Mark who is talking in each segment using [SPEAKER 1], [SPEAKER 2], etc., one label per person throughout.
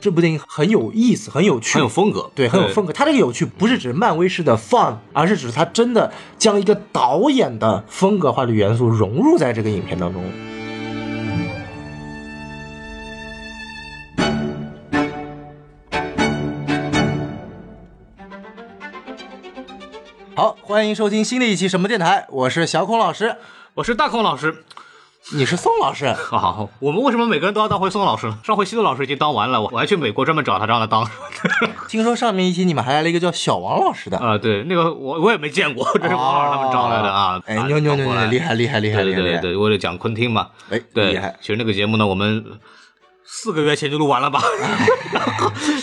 [SPEAKER 1] 这部电影很有意思，很有趣，
[SPEAKER 2] 很有风格，
[SPEAKER 1] 对，很有风格。它这个有趣不是指漫威式的 fun，而是指它真的将一个导演的风格化的元素融入在这个影片当中。好，欢迎收听新的一期什么电台，我是小孔老师，
[SPEAKER 2] 我是大孔老师。
[SPEAKER 1] 你是宋老师。
[SPEAKER 2] 好好好，我们为什么每个人都要当回宋老师呢？上回西多老师已经当完了，我我还去美国专门找他让 他当。
[SPEAKER 1] 听说上面一期你们还来了一个叫小王老师的，
[SPEAKER 2] 啊，对，那个我我也没见过， 这是王老师他们找来的啊。
[SPEAKER 1] 哎，
[SPEAKER 2] 啊
[SPEAKER 1] 牛牛牛
[SPEAKER 2] 找
[SPEAKER 1] 牛，
[SPEAKER 2] 过来
[SPEAKER 1] 厉害厉害厉害
[SPEAKER 2] 对
[SPEAKER 1] 厉害
[SPEAKER 2] 对
[SPEAKER 1] 厉
[SPEAKER 2] 对
[SPEAKER 1] 害！
[SPEAKER 2] 对，为了讲昆汀嘛，
[SPEAKER 1] 哎，
[SPEAKER 2] 对，
[SPEAKER 1] 厉害！
[SPEAKER 2] 其实那个节目呢，我们四个月前就录完 了吧，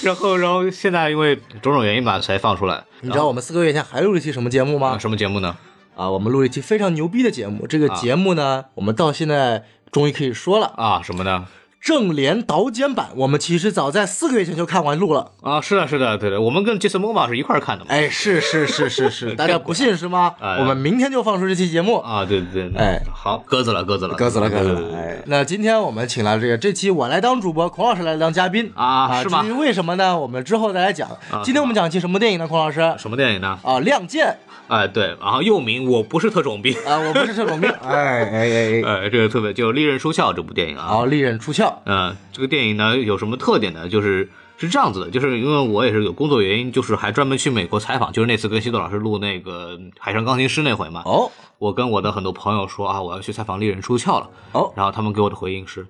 [SPEAKER 2] 然后然后现在因为种种原因吧，才放出来。
[SPEAKER 1] 你知道我们四个月前还录了一期什么节目
[SPEAKER 2] 啊，
[SPEAKER 1] 吗？
[SPEAKER 2] 什么节目呢？
[SPEAKER 1] 啊，我们录了一期非常牛逼的节目。这个节目呢，我们到现在终于可以说了，
[SPEAKER 2] 啊，什么呢？
[SPEAKER 1] 正联导剪版，我们其实早在四个月前就看完录了。
[SPEAKER 2] 啊，是的，是的，对对，我们跟杰森·莫玛是一块儿看的嘛。
[SPEAKER 1] 哎，是是是是 是，大家不信是吗？
[SPEAKER 2] 哎
[SPEAKER 1] 我们明天就放出这期节目。
[SPEAKER 2] 啊，对对对，
[SPEAKER 1] 哎，
[SPEAKER 2] 好，鸽子了，鸽子了，
[SPEAKER 1] 鸽子了，鸽子
[SPEAKER 2] 对对
[SPEAKER 1] 了！
[SPEAKER 2] 对对
[SPEAKER 1] 哎，那今天我们请来这个，这期我来当主播，孔老师来当嘉宾
[SPEAKER 2] 啊是吗啊
[SPEAKER 1] 至于为什么呢？我们之后再来讲。今天我们讲一期什么电影呢？孔老师啊，
[SPEAKER 2] 什么电影呢？
[SPEAKER 1] 《亮剑
[SPEAKER 2] 哎，对，然后又名《我不是特种兵》，》
[SPEAKER 1] 啊，我不是特种兵。 哎哎哎哎，
[SPEAKER 2] 哎，这个特别就《利刃出鞘》这部电影啊
[SPEAKER 1] 好，，利刃出鞘。
[SPEAKER 2] 嗯，这个电影呢有什么特点呢？就是是这样子的，就是因为我也是有工作原因，就是还专门去美国采访，就是那次跟西多老师录那个《海上钢琴师》那回嘛，
[SPEAKER 1] 哦
[SPEAKER 2] 我跟我的很多朋友说啊，我要去采访《利刃出鞘》了，
[SPEAKER 1] 哦，
[SPEAKER 2] 然后他们给我的回应是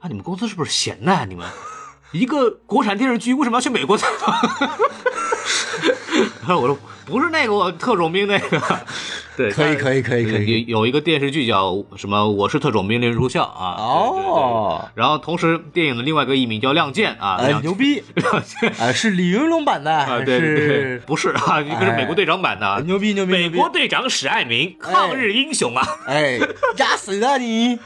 [SPEAKER 2] 啊，你们公司是不是闲的、啊？你们 一个国产电视剧为什么要去美国采访？ 然后我说不是那个，我特种兵那个， 对，
[SPEAKER 1] 可以
[SPEAKER 2] 但
[SPEAKER 1] 可以可以可以。
[SPEAKER 2] 有有一个电视剧叫什么《我是特种兵令入校》啊，对对对
[SPEAKER 1] 哦，
[SPEAKER 2] 然后同时电影的另外一个译名叫《亮剑》啊，
[SPEAKER 1] 哎，
[SPEAKER 2] 亮
[SPEAKER 1] 牛逼！
[SPEAKER 2] 亮剑
[SPEAKER 1] 啊，是李云龙版的，
[SPEAKER 2] 啊，
[SPEAKER 1] 还
[SPEAKER 2] 对对对，
[SPEAKER 1] 是哎
[SPEAKER 2] 不是啊，一个是美国队长版的，
[SPEAKER 1] 牛逼牛逼
[SPEAKER 2] 美
[SPEAKER 1] 牛逼！
[SPEAKER 2] 国队长史爱民，抗日英雄啊，
[SPEAKER 1] 哎，压死了 你！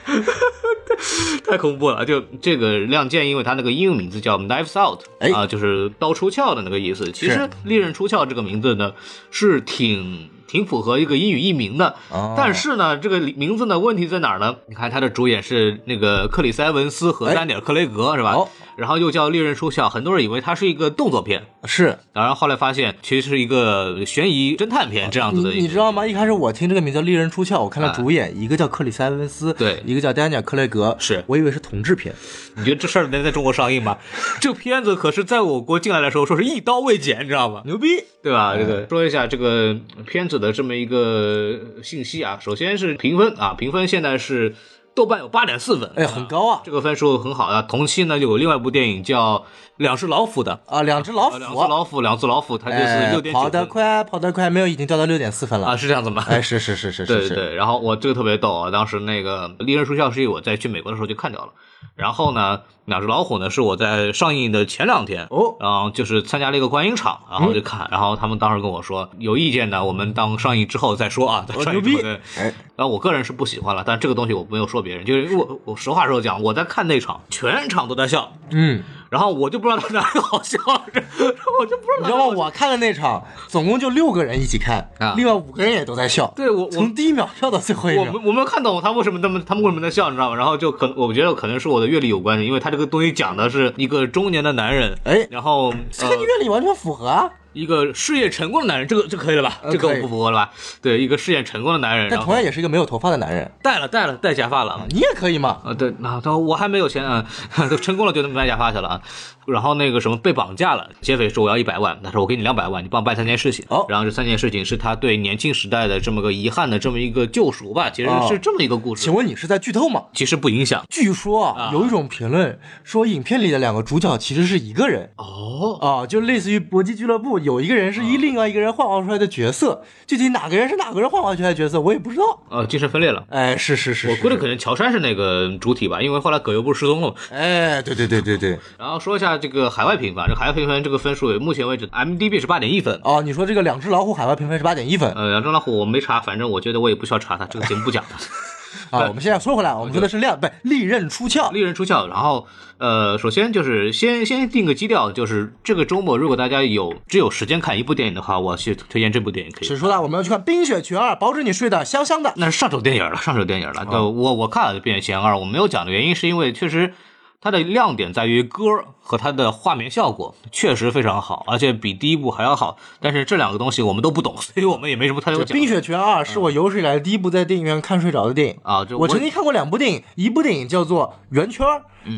[SPEAKER 2] 太恐怖了！就这个《亮剑》，因为它那个英文名字叫《Knives Out》，
[SPEAKER 1] 哎
[SPEAKER 2] 啊，就是刀出鞘的那个意思。其实
[SPEAKER 1] 是
[SPEAKER 2] 《利刃出鞘》这个名字呢，是挺挺符合一个英语译名的。
[SPEAKER 1] 哦
[SPEAKER 2] 但是呢，这个名字呢，问题在哪儿呢？你看它的主演是那个克里斯·埃文斯和
[SPEAKER 1] 哎
[SPEAKER 2] 丹尼尔·克雷格，是吧？
[SPEAKER 1] 哦
[SPEAKER 2] 然后又叫《利刃出鞘》，很多人以为它是一个动作片，
[SPEAKER 1] 是
[SPEAKER 2] 然后后来发现其实是一个悬疑侦探片这样
[SPEAKER 1] 哦你
[SPEAKER 2] 子的一个。
[SPEAKER 1] 你知道吗？一开始我听这个名叫《利刃出鞘》，我看到
[SPEAKER 2] 哎
[SPEAKER 1] 主演一个叫克里斯·埃文斯，
[SPEAKER 2] 对
[SPEAKER 1] 一个叫丹尼尔·克雷格，
[SPEAKER 2] 是
[SPEAKER 1] 我以为是同志片，
[SPEAKER 2] 你觉得这事儿能在中国上映吗？这片子可是在我国进来的时候说是一刀未剪，你知道吗？
[SPEAKER 1] 牛逼！
[SPEAKER 2] 对吧？这个说一下这个片子的这么一个信息啊。首先是评分啊，评分现在是豆瓣有八点四分，
[SPEAKER 1] 哎，很高啊
[SPEAKER 2] 这个分数很好啊。同期呢有另外一部电影叫《两只老虎》的，
[SPEAKER 1] 啊！两只老
[SPEAKER 2] 呃
[SPEAKER 1] 虎，
[SPEAKER 2] 两只老虎，两只老虎，它就是
[SPEAKER 1] 哎
[SPEAKER 2] 六，点
[SPEAKER 1] 跑
[SPEAKER 2] 九
[SPEAKER 1] 得
[SPEAKER 2] 分
[SPEAKER 1] 快，跑得快，没有，已经掉到六点四分了
[SPEAKER 2] 啊，。是这样子吗？
[SPEAKER 1] 哎，是是是是
[SPEAKER 2] 对
[SPEAKER 1] 是
[SPEAKER 2] 对
[SPEAKER 1] 是，
[SPEAKER 2] 对，然后我这个特别逗啊，当时那个《利刃出鞘》是我在去美国的时候就看掉了，然后呢，《两只老虎》呢是我在上映的前两天
[SPEAKER 1] 哦
[SPEAKER 2] 然后就是参加了一个观影场，然
[SPEAKER 1] 嗯
[SPEAKER 2] 后就看，然后他们当时跟我说有意见的，我们当上映之后再说啊，
[SPEAKER 1] 哦
[SPEAKER 2] 上映之
[SPEAKER 1] 牛逼
[SPEAKER 2] 后再
[SPEAKER 1] 哎，
[SPEAKER 2] 然后我个人是不喜欢了，但这个东西我没有说别人，就是因为我我实话实说讲，我在看那场，全场都在笑，
[SPEAKER 1] 嗯，
[SPEAKER 2] 然后我就不知道他哪里好笑， 然后我就不知道
[SPEAKER 1] 你
[SPEAKER 2] 哪
[SPEAKER 1] 知
[SPEAKER 2] 里
[SPEAKER 1] 道
[SPEAKER 2] 好
[SPEAKER 1] 吗？
[SPEAKER 2] 笑。
[SPEAKER 1] 我看的那场总共就六个人一起看
[SPEAKER 2] 啊，
[SPEAKER 1] 另外五个人也都在笑。
[SPEAKER 2] 对我我
[SPEAKER 1] 从第一秒笑到最后一
[SPEAKER 2] 我
[SPEAKER 1] 秒
[SPEAKER 2] 没。我没有看懂他为什么那么他们为什么在笑，你知道吗？然后就可能我觉得可能是我的阅历有关系，因为他这个东西讲的是一个中年的男人，
[SPEAKER 1] 哎
[SPEAKER 2] 然后
[SPEAKER 1] 这
[SPEAKER 2] 呃
[SPEAKER 1] 跟乐理完全符合啊，
[SPEAKER 2] 一个事业成功的男人，这个这个可以了吧？
[SPEAKER 1] 呃
[SPEAKER 2] 这个我
[SPEAKER 1] 可以
[SPEAKER 2] 不符合了吧？对，一个事业成功的男人，
[SPEAKER 1] 但
[SPEAKER 2] 然
[SPEAKER 1] 同
[SPEAKER 2] 后
[SPEAKER 1] 样也是一个没有头发的男人，
[SPEAKER 2] 戴了戴了戴假发了。
[SPEAKER 1] 你也可以嘛。
[SPEAKER 2] 啊，对，那、他我还没有钱啊， 都成功了就能买假发去了啊。然后那个什么被绑架了，劫匪说我要一百万，他说我给你两百万，你帮我办三件事情。
[SPEAKER 1] 哦
[SPEAKER 2] 然后这三件事情是他对年轻时代的这么个遗憾的这么一个救赎吧，其实
[SPEAKER 1] 哦
[SPEAKER 2] 是这么一个故事。
[SPEAKER 1] 请问你是在剧透吗？
[SPEAKER 2] 其实不影响
[SPEAKER 1] 据说啊
[SPEAKER 2] 啊，
[SPEAKER 1] 有一种评论说，影片里的两个主角其实是一个人
[SPEAKER 2] 哦，啊
[SPEAKER 1] 啊，就类似于《搏击俱乐部》，有一个人是一另外一个人幻化出来的角色，具体哪个人是哪个人幻化出来的角色，我也不知道。
[SPEAKER 2] 呃，精神分裂了。
[SPEAKER 1] 哎，是是是，
[SPEAKER 2] 我
[SPEAKER 1] 是
[SPEAKER 2] 估计可能乔杉是那个主体吧，因为后来葛优不是失踪了嘛。
[SPEAKER 1] 哎，对对对对对，
[SPEAKER 2] 然后说一下这个海外评分，这海外评分这个分数，目前为止 m d b 是八点一分。
[SPEAKER 1] 哦，你说这个两只老虎海外评分是八点一分
[SPEAKER 2] 呃，两只老虎我没查，反正我觉得我也不需要查它，这个节目不讲了。
[SPEAKER 1] 啊，我们现在说回来，我们说的是亮，不是利刃出鞘，
[SPEAKER 2] 利刃出鞘。然后，呃，首先就是先先定个基调，就是这个周末如果大家有只有时间看一部电影的话，我去推荐这部电影可以
[SPEAKER 1] 只。说了我们要去看《冰雪奇缘二》，保证你睡得香香的。哦
[SPEAKER 2] 那是上手电影了，上手电影了。对，我我看了《变形二》，我没有讲的原因是因为确实它的亮点在于歌儿和它的画面效果确实非常好，而且比第一部还要好。但是这两个东西我们都不懂，所以我们也没什么太多
[SPEAKER 1] 《
[SPEAKER 2] 讲
[SPEAKER 1] 冰雪奇缘二》是我有史以来第一部在电影院看睡着的电影。
[SPEAKER 2] 啊。就
[SPEAKER 1] 我曾经看过两部电影，一部电影叫做《圆圈》，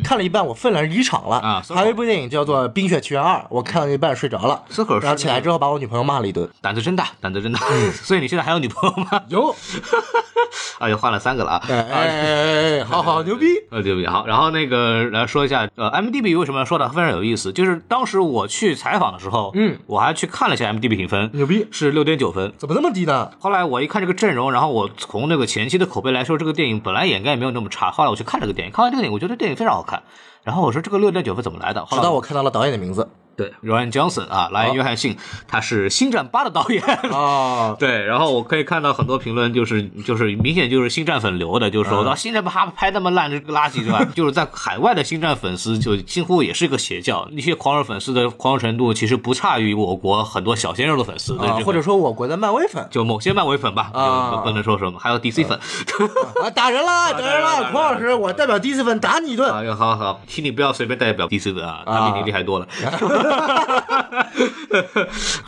[SPEAKER 1] 看了一半我愤然离场了；
[SPEAKER 2] 嗯啊
[SPEAKER 1] 还有一部电影叫做《冰雪奇缘二》，我看了一半睡着了，
[SPEAKER 2] 思考
[SPEAKER 1] 然后起来
[SPEAKER 2] 是
[SPEAKER 1] 之后把我女朋友骂了一 顿。
[SPEAKER 2] 胆子真大，胆子真大。
[SPEAKER 1] 嗯
[SPEAKER 2] 所以你现在还有女朋友吗？
[SPEAKER 1] 有，
[SPEAKER 2] 啊，又换了三个了啊。
[SPEAKER 1] 哎哎哎哎，好好牛逼！
[SPEAKER 2] 呃，对不起，好，然后那个来说一下，呃，MDB 为什么要说它非常有意思？就是当时我去采访的时候，
[SPEAKER 1] 嗯，
[SPEAKER 2] 我还去看了一下 MDB 评分，
[SPEAKER 1] 牛逼
[SPEAKER 2] 是六点九分。
[SPEAKER 1] 怎么那么低呢？
[SPEAKER 2] 后来我一看这个阵容，然后我从那个前期的口碑来说，这个电影本来眼该也没有那么差。后来我去看这个电影，看完这个电影，我觉得电影非常好看。然后我说这个六点九分怎么来的？后
[SPEAKER 1] 直
[SPEAKER 2] 来
[SPEAKER 1] 到我看到了导演的名字
[SPEAKER 2] 对 Ryan Johnson 啊，莱恩约翰逊，他是《星战八》的导演。
[SPEAKER 1] 啊，
[SPEAKER 2] 对，然后我可以看到很多评论，就是就是明显就是星战粉留的，就
[SPEAKER 1] 嗯
[SPEAKER 2] 是说到啊星战啪拍那么烂，这个垃圾之外， 就是在海外的星战粉丝就几乎也是一个邪教，那些狂热粉丝的狂热程度其实不差于我国很多小鲜肉的粉丝，对
[SPEAKER 1] 啊
[SPEAKER 2] 这个
[SPEAKER 1] 或者说我国的漫威 粉
[SPEAKER 2] 就某些漫威粉吧，
[SPEAKER 1] 啊
[SPEAKER 2] 就不不能说什么，还有 DC 粉。
[SPEAKER 1] 啊，打人啦，打人
[SPEAKER 2] 打人
[SPEAKER 1] 啦！
[SPEAKER 2] 了
[SPEAKER 1] 孔老师，我代表第一次粉打你一顿。
[SPEAKER 2] 啊，要好好，请你不要随便代表 DC 粉啊，
[SPEAKER 1] 啊
[SPEAKER 2] 他比你厉害多了。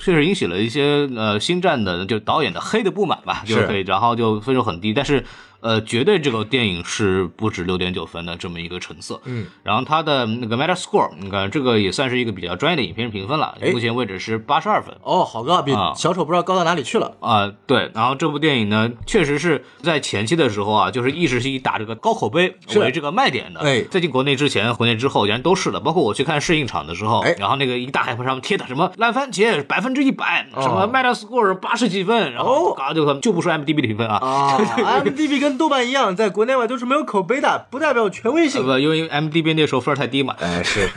[SPEAKER 2] 确实引起了一些呃星战的就导演的黑的不满吧，就是可以，然后就分数很低，但是。呃，绝对这个电影是不止六点九分的这么一个成色，嗯，然后它的那个 Metascore，你看这个也算是一个比较专业的影片评分了，
[SPEAKER 1] 哎
[SPEAKER 2] 目前为止是八十二分，
[SPEAKER 1] 哦，好高，比
[SPEAKER 2] 啊
[SPEAKER 1] 小丑不知道高到哪里去 了。
[SPEAKER 2] 啊、对，然后这部电影呢，确实是在前期的时候啊，就是一直是以打这个高口碑
[SPEAKER 1] 是
[SPEAKER 2] 为这个卖点的。
[SPEAKER 1] 哎
[SPEAKER 2] 最近国内之前、国内之后，人家都是的。包括我去看试映场的时候，
[SPEAKER 1] 哎
[SPEAKER 2] 然后那个一个大海报上面贴的什么烂番茄百分之一百，什么 Metascore 八十几分，然后
[SPEAKER 1] 哦
[SPEAKER 2] 嘎就就不说 MDB 的评分啊。
[SPEAKER 1] 啊，IMDB 跟豆瓣一样，在国内外都是没有口碑的，不代表权威
[SPEAKER 2] 呃
[SPEAKER 1] 性。
[SPEAKER 2] 不，因为 MDB 那时候分儿太低嘛，
[SPEAKER 1] 哎，是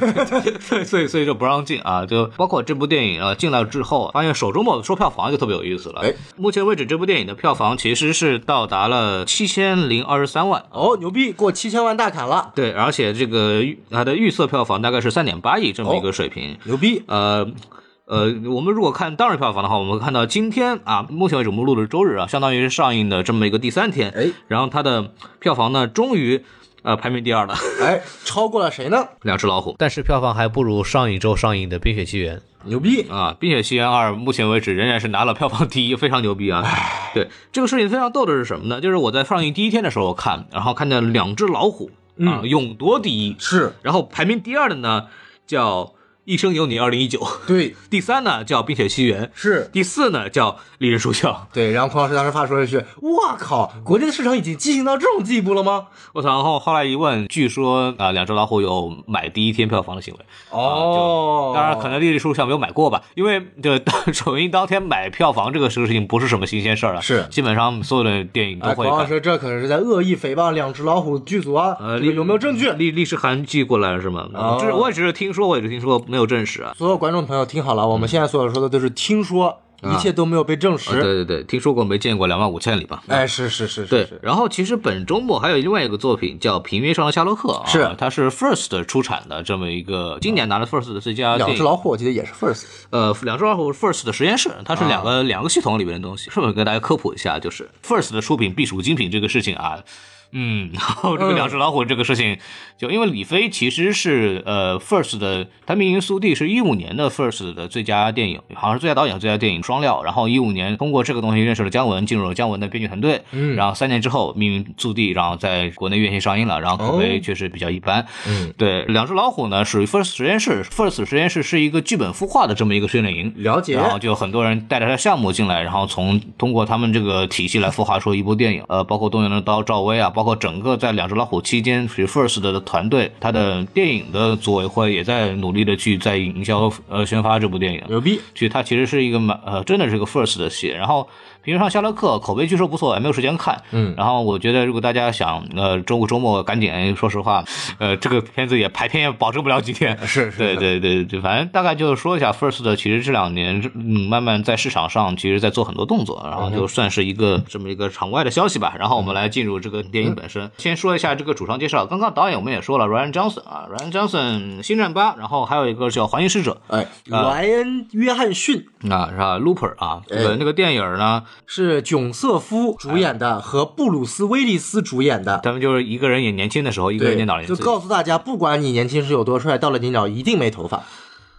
[SPEAKER 2] 所以所以就不让进啊，就包括这部电影啊进来之后，发现首周末说票房就特别有意思了。
[SPEAKER 1] 哎，
[SPEAKER 2] 目前为止这部电影的票房其实是到达了七千零二十三万，
[SPEAKER 1] 哦，牛逼，过七千万大砍了，
[SPEAKER 2] 对，而且这个预它的预测票房大概是三点八亿这么一个水平。
[SPEAKER 1] 牛逼。
[SPEAKER 2] 呃呃，我们如果看当日票房的话，我们会看到今天啊，目前为止我们录的是周日啊，相当于是上映的这么一个第三天。
[SPEAKER 1] 哎
[SPEAKER 2] 然后它的票房呢，终于呃排名第二了，
[SPEAKER 1] 哎，超过了谁呢？
[SPEAKER 2] 两只老虎。但是票房还不如上一周上映的《冰雪奇缘》。
[SPEAKER 1] 牛逼。
[SPEAKER 2] 啊，《冰雪奇缘二》目前为止仍然是拿了票房第一，非常牛逼啊！对这个事情非常逗的是什么呢？就是我在上映第一天的时候我看，然后看见两只老虎啊、勇夺第一，
[SPEAKER 1] 是
[SPEAKER 2] 然后排名第二的呢叫《一生有你二零一九》，
[SPEAKER 1] 对，
[SPEAKER 2] 第三呢叫《冰雪奇缘》，
[SPEAKER 1] 是。
[SPEAKER 2] 第四呢叫《利刃出鞘》。
[SPEAKER 1] 对，然后孔老师当时发出了一句：“我靠，国内的市场已经畸形到这种地步了吗
[SPEAKER 2] 我操！然后后来一问，据说啊，两只老虎有买第一天票房的行为。？”
[SPEAKER 1] 哦
[SPEAKER 2] 当然，可能《利刃出鞘》没有买过吧，因为这当 首映当天买票房这个事情不是什么新鲜事儿了，
[SPEAKER 1] 是
[SPEAKER 2] 基本上所有的电影都
[SPEAKER 1] 哎，
[SPEAKER 2] 啊会
[SPEAKER 1] 孔老
[SPEAKER 2] 看。
[SPEAKER 1] 师，这可是在恶意诽谤两只老虎剧组啊！
[SPEAKER 2] 呃
[SPEAKER 1] 这个
[SPEAKER 2] 立
[SPEAKER 1] 有没有证据？
[SPEAKER 2] 历历史函寄过来了是吗？
[SPEAKER 1] 哦
[SPEAKER 2] 这是我也只是听说，我也是听说，没有证实啊。
[SPEAKER 1] 所有观众朋友听好了，我们现在所有说的都是听说，一切都没有被证
[SPEAKER 2] 嗯啊
[SPEAKER 1] 实。
[SPEAKER 2] 对对对，听说过没见过，两万五千里吧。
[SPEAKER 1] 哎，是是是是
[SPEAKER 2] 对
[SPEAKER 1] 是，，
[SPEAKER 2] 然后其实本周末还有另外一个作品叫《平原上的夏洛克》啊，
[SPEAKER 1] 是
[SPEAKER 2] 它是 First 出产的这么一个，今年拿了 First 的最佳电
[SPEAKER 1] 两
[SPEAKER 2] 影
[SPEAKER 1] 只老虎我记得也是 first
[SPEAKER 2] 呃，两只老虎 First 的实验室，它是两个、
[SPEAKER 1] 嗯
[SPEAKER 2] 两个系统里面的东西。顺便跟大家科普一下，就是 First 的出品必属精品这个事情啊，嗯，然后这个两只老虎这个事情，就因为李飞其实是呃 First 的，他命名苏弟是一五年的 First 的最佳电影，好像是最佳导演、最佳电影双料。然后一五年通过这个东西认识了姜文，进入了姜文的编剧团队。嗯，然后三年之后命名苏弟，然后在国内院线上映了，然后口碑确实比较一般。嗯，对，两只老虎呢属于 First 实验室，First 实验室是一个剧本孵化的这么一个训练营。
[SPEAKER 1] 了解
[SPEAKER 2] 然后就很多人带着他的项目进来，然后从通过他们这个体系来孵化出一部电影，呃，包括动员的刀赵薇啊，包括整个在两只老虎期间，属于 First 的团队，他的电影的组委会也在努力的去在营销呃宣发这部电影。
[SPEAKER 1] 牛逼
[SPEAKER 2] 其实它其实是一个蛮呃，真的是个 first 的戏。然后平时上夏洛克口碑据说不错，也没有时间看。嗯，然后我觉得如果大家想呃周五周末赶紧，说实话，呃这个片子也排片也保证不了几天。
[SPEAKER 1] 是
[SPEAKER 2] 对对对对，反正大概就是说一下，First 的其实这两年嗯慢慢在市场上其实在做很多动作，然
[SPEAKER 1] 嗯
[SPEAKER 2] 后就算是一个这么一个场外的消息吧。然后我们来进入这个电
[SPEAKER 1] 嗯
[SPEAKER 2] 影本身，先说一下这个主创介绍。刚刚导演我们也说了，Ryan Johnson 啊，Ryan Johnson《星战八》，然后还有一个叫《环形使者》，
[SPEAKER 1] 哎，莱恩·约翰逊哎
[SPEAKER 2] 啊，是吧？Looper 啊啊，这个那个电影呢，
[SPEAKER 1] 是囧瑟夫主演
[SPEAKER 2] 哎
[SPEAKER 1] 的和布鲁斯威利斯主演的。
[SPEAKER 2] 他们就是一个人演年轻的时候，一个人
[SPEAKER 1] 对
[SPEAKER 2] 演老，年
[SPEAKER 1] 就
[SPEAKER 2] 自己
[SPEAKER 1] 告诉大家，不管你年轻时有多帅，到了你老一定没头发。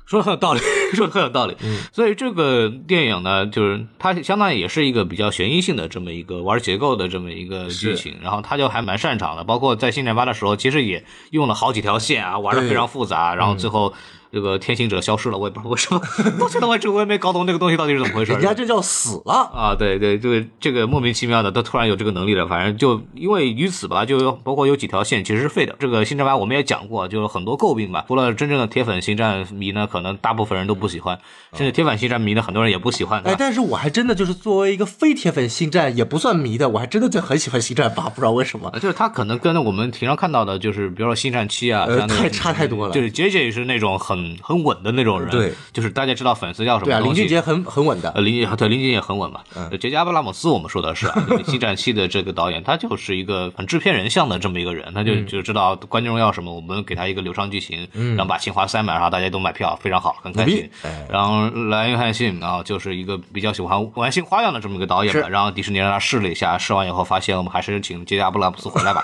[SPEAKER 2] 说的很有道理， 说的很有道理。
[SPEAKER 1] 嗯
[SPEAKER 2] 所以这个电影呢，就是它相当于也是一个比较悬疑性的这么一个玩结构的这么一个剧情，然后它就还蛮擅长的，包括在新战发的时候，其实也用了好几条线啊，玩的
[SPEAKER 1] 对嗯
[SPEAKER 2] 非常复杂，然后最后。这个天行者消失了，我也不知道为什么， 到现在为止我也没搞懂这个东西到底是怎么回事儿。
[SPEAKER 1] 人家这叫死了。
[SPEAKER 2] 啊，对对，这个这个莫名其妙的，他突然有这个能力了。反正就因为于此吧，就有包括有几条线其实是废的。这个新战八我们也讲过，就是很多诟病吧。除了真正的铁粉新战迷呢，可能大部分人都不喜欢，甚至铁粉新战迷呢，很多人也不喜欢。
[SPEAKER 1] 哎
[SPEAKER 2] 对，吧
[SPEAKER 1] 但是我还真的就是作为一个非铁粉星战也不算迷的，我还真的就很喜欢星战八，不知道为什么。
[SPEAKER 2] 呃就是他可能跟我们平常看到的，就是比如说新战七啊，
[SPEAKER 1] 呃
[SPEAKER 2] 像那种
[SPEAKER 1] 太差太多了
[SPEAKER 2] 就是杰杰是那种很很稳的那种人，
[SPEAKER 1] 对，
[SPEAKER 2] 就是大家知道粉丝要什么
[SPEAKER 1] 对啊，林
[SPEAKER 2] 东西
[SPEAKER 1] 俊杰很很稳的。
[SPEAKER 2] 呃，林俊对林俊杰也很稳嘛。
[SPEAKER 1] 嗯
[SPEAKER 2] 呃杰杰阿布拉姆斯，我们说的是啊，就是《西 战七》的这个导演，他就是一个很制片人像的这么一个人，他就
[SPEAKER 1] 嗯
[SPEAKER 2] 就知道关键荣耀什么，我们给他一个流畅剧情，然后把情怀塞满，然后大家都买票，非常好，很开
[SPEAKER 1] 牛
[SPEAKER 2] 心
[SPEAKER 1] 逼哎。
[SPEAKER 2] 然后莱因汉信啊，就是一个比较喜欢玩新花样的这么一个导演吧。然后迪士尼让他试了一下，试完以后发现我们还是请杰杰阿布拉姆斯回 来吧。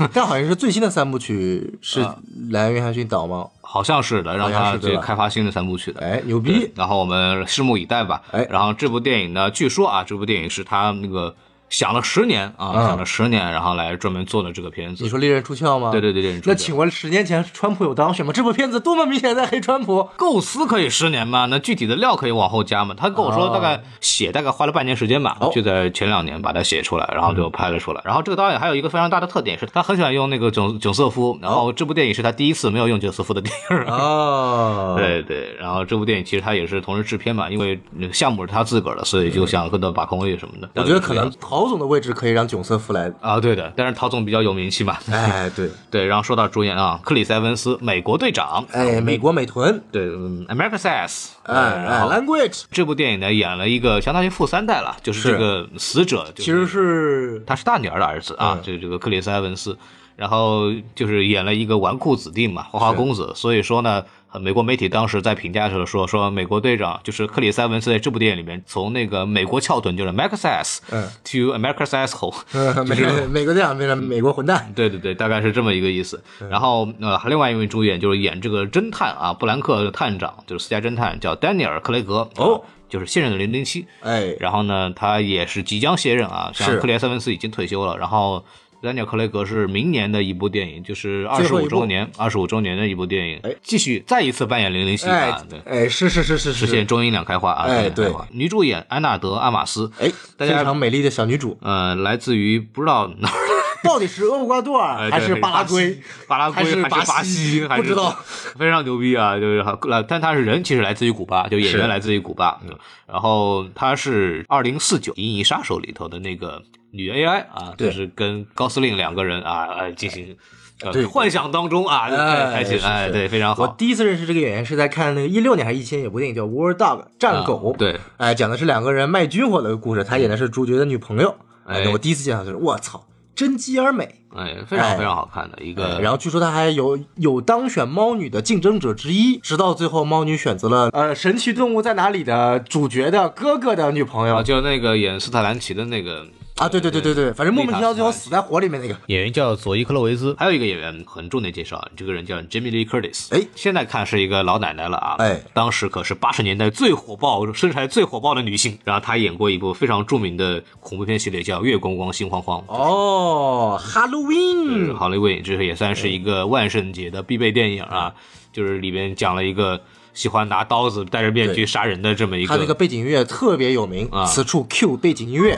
[SPEAKER 2] 呃
[SPEAKER 1] 但好像是最新的三部曲是
[SPEAKER 2] 啊
[SPEAKER 1] 莱恩·约翰逊导吗？
[SPEAKER 2] 好像是的，让
[SPEAKER 1] 好像
[SPEAKER 2] 他
[SPEAKER 1] 是对
[SPEAKER 2] 去
[SPEAKER 1] 吧
[SPEAKER 2] 开发新的三部曲的。
[SPEAKER 1] 哎，牛
[SPEAKER 2] 对
[SPEAKER 1] 逼！
[SPEAKER 2] 然后我们拭目以待吧。
[SPEAKER 1] 哎
[SPEAKER 2] 然后这部电影呢，据说啊，这部电影是他那个想了十年啊，
[SPEAKER 1] 嗯
[SPEAKER 2] 想了十年，然后来专门做的这个片
[SPEAKER 1] 你
[SPEAKER 2] 子。
[SPEAKER 1] 说利刃出鞘吗？
[SPEAKER 2] 对对对对，
[SPEAKER 1] 那
[SPEAKER 2] 你说
[SPEAKER 1] 请问十年前川普有当选吗？这部片子多么明显在黑川普。
[SPEAKER 2] 的构思可以十年吗？那具体的料可以往后加吗？他跟我说
[SPEAKER 1] 哦
[SPEAKER 2] 大概写大概花了半年时间吧
[SPEAKER 1] 哦，
[SPEAKER 2] 就在前两年把它写出来，然后就拍了出来。然后这个导演还有一个非常大的特点是，他很喜欢用那个囧囧瑟夫，然后这部电影是他第一次没有用囧瑟夫的电影。
[SPEAKER 1] 哦，
[SPEAKER 2] 对对，然后这部电影其实他也是同时制片嘛，因为那个项目是他自个儿的，所以就想跟他把控位什么的。
[SPEAKER 1] 我觉得可能陶总的位置可以让囧瑟夫 来。
[SPEAKER 2] 啊，对的，但是陶总比较有名气嘛。
[SPEAKER 1] 哎，对，
[SPEAKER 2] 对，然后说到主演啊，克里斯埃文斯，美国队长，
[SPEAKER 1] 哎，美国美豚，
[SPEAKER 2] 对，嗯，America Says，
[SPEAKER 1] 哎
[SPEAKER 2] 呃
[SPEAKER 1] 哎
[SPEAKER 2] 然后
[SPEAKER 1] ，language
[SPEAKER 2] 这部电影呢演了一个相当于富三代了，就是这
[SPEAKER 1] 是
[SPEAKER 2] 个死者，
[SPEAKER 1] 其
[SPEAKER 2] 其
[SPEAKER 1] 实是
[SPEAKER 2] 他是大女儿的儿子
[SPEAKER 1] 嗯
[SPEAKER 2] 啊，这、这个克里斯埃文斯，然后就是演了一个纨绔子弟嘛，花花公子，所以说呢。呃美国媒体当时在评价的时候说，说美国队长就是克里斯埃文斯在这部电影里面，从那个美国翘臀就是 m a x ass
[SPEAKER 1] 嗯
[SPEAKER 2] to America's asshole，
[SPEAKER 1] 呃美美国队长变成美国混蛋。
[SPEAKER 2] 对对对，大概是这么一个意思。
[SPEAKER 1] 嗯
[SPEAKER 2] 然后呃，另外一位主演就是演这个侦探啊，布兰克探长，就是私家侦探，叫丹尼尔·克雷格，
[SPEAKER 1] 哦
[SPEAKER 2] 啊就是现任的零零七。
[SPEAKER 1] 哎，
[SPEAKER 2] 然后呢，他也是即将卸任啊，像
[SPEAKER 1] 是
[SPEAKER 2] 克里斯·塞文斯已经退休了，然后。丹尼尔·克雷格是明年的一部电影，就是二
[SPEAKER 1] 最
[SPEAKER 2] 十
[SPEAKER 1] 后一
[SPEAKER 2] 五
[SPEAKER 1] 部
[SPEAKER 2] 周年，二十五周年的一部电影，继续再一次扮演零零七啊
[SPEAKER 1] 哎，
[SPEAKER 2] 对，，
[SPEAKER 1] 哎，是是是是
[SPEAKER 2] 实现
[SPEAKER 1] 是，
[SPEAKER 2] 中英两开花啊，
[SPEAKER 1] 哎
[SPEAKER 2] 中英两开花，女主演安娜德·阿玛斯，
[SPEAKER 1] 哎，
[SPEAKER 2] 大
[SPEAKER 1] 非
[SPEAKER 2] 家
[SPEAKER 1] 常美丽的小女主，
[SPEAKER 2] 呃，来自于不知道哪儿的
[SPEAKER 1] 到底是厄瓜多尔
[SPEAKER 2] 哎
[SPEAKER 1] 还
[SPEAKER 2] 对
[SPEAKER 1] 是巴拉
[SPEAKER 2] 西
[SPEAKER 1] 圭？
[SPEAKER 2] 巴拉圭
[SPEAKER 1] 还是
[SPEAKER 2] 巴
[SPEAKER 1] 巴
[SPEAKER 2] 西
[SPEAKER 1] 西？
[SPEAKER 2] 还是
[SPEAKER 1] 不知道，
[SPEAKER 2] 非常牛逼啊！就是呃，但他是人，其实来自于古巴，就演
[SPEAKER 1] 是
[SPEAKER 2] 员来自于古巴。嗯然后他是二零四九《银翼杀手》里头的那个女 AI 啊，
[SPEAKER 1] 对
[SPEAKER 2] 就是跟高司令两个人啊呃进行呃
[SPEAKER 1] 对
[SPEAKER 2] 幻想当中啊，
[SPEAKER 1] 哎
[SPEAKER 2] 开心
[SPEAKER 1] 是
[SPEAKER 2] 哎，
[SPEAKER 1] 是
[SPEAKER 2] 对，非常
[SPEAKER 1] 我
[SPEAKER 2] 好。
[SPEAKER 1] 第一次认识这个演员是在看那个一六年还是一七年有部电影叫《War Dog》战狗，
[SPEAKER 2] 啊对，
[SPEAKER 1] 哎，讲的是两个人卖军火的故事，他演的是主角的女朋友，
[SPEAKER 2] 哎
[SPEAKER 1] 我第一次见到就是我操，真机而美。
[SPEAKER 2] 哎，非常
[SPEAKER 1] 哎
[SPEAKER 2] 非常好看的一个
[SPEAKER 1] 对，。然后据说他还有有当选猫女的竞争者之一，直到最后猫女选择了呃《神奇动物在哪里》的主角的哥哥的女朋友
[SPEAKER 2] 啊，就那个演斯特兰奇的那个
[SPEAKER 1] 啊，对对对对对，反正莫名其妙最后死在火里面那个，
[SPEAKER 2] 演员叫佐伊·克洛维兹，还有一个演员很重点介绍，这个人叫 Jamie Lee Curtis。
[SPEAKER 1] 哎
[SPEAKER 2] 现在看是一个老奶奶了啊，
[SPEAKER 1] 哎
[SPEAKER 2] 当时可是八十年代最火爆、身材最火爆的女性。然后她演过一部非常著名的恐怖片系列，叫《月光光心慌慌》。
[SPEAKER 1] 哦
[SPEAKER 2] 就是
[SPEAKER 1] ，Halloween，
[SPEAKER 2] 好莱坞影这也算是一个万圣节的必备电影啊，
[SPEAKER 1] 嗯
[SPEAKER 2] 就是里边讲了一个喜欢拿刀子、戴着面具
[SPEAKER 1] 对
[SPEAKER 2] 杀人的这么一
[SPEAKER 1] 他那个
[SPEAKER 2] 个。
[SPEAKER 1] 背景音乐特别有名，
[SPEAKER 2] 啊
[SPEAKER 1] 此处 Q 背景音乐，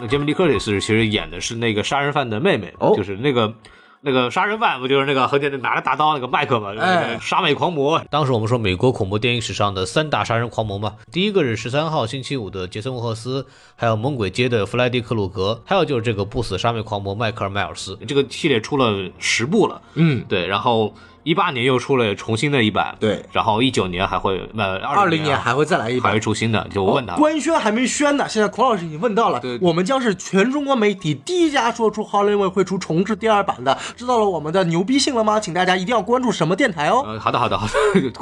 [SPEAKER 2] 那 Jamie Lee Curtis 其实演的是那个杀人犯的妹妹，
[SPEAKER 1] 哦
[SPEAKER 2] 就是那个。那个杀人犯不就是那个和那拿着大刀那个麦克嘛，
[SPEAKER 1] 哎
[SPEAKER 2] 杀美狂魔。当时我们说美国恐怖电影史上的三大杀人狂魔嘛，第一个是十三号星期五的杰森·沃赫斯，还有《猛鬼街》的弗莱迪·克鲁格，还有就是这个不死杀美狂魔迈克尔·迈尔斯。这个系列出了十部了，
[SPEAKER 1] 嗯，
[SPEAKER 2] 对，然后一八年又出了重新的一版，
[SPEAKER 1] 对
[SPEAKER 2] 然后一九年还会，呃，
[SPEAKER 1] 二
[SPEAKER 2] 二
[SPEAKER 1] 零年
[SPEAKER 2] 年
[SPEAKER 1] 还会再来一
[SPEAKER 2] 还
[SPEAKER 1] 版哦
[SPEAKER 2] 会。出新的，就我问他，
[SPEAKER 1] 官宣还没宣呢，现在孔老师已经问到了，
[SPEAKER 2] 对
[SPEAKER 1] 我们将是全中国媒体第一家说出《h o l l y w o o d 会出重置第二版的，知道了我们的牛逼性了吗？请大家一定要关注什么电台哦。
[SPEAKER 2] 呃，好的好的好的，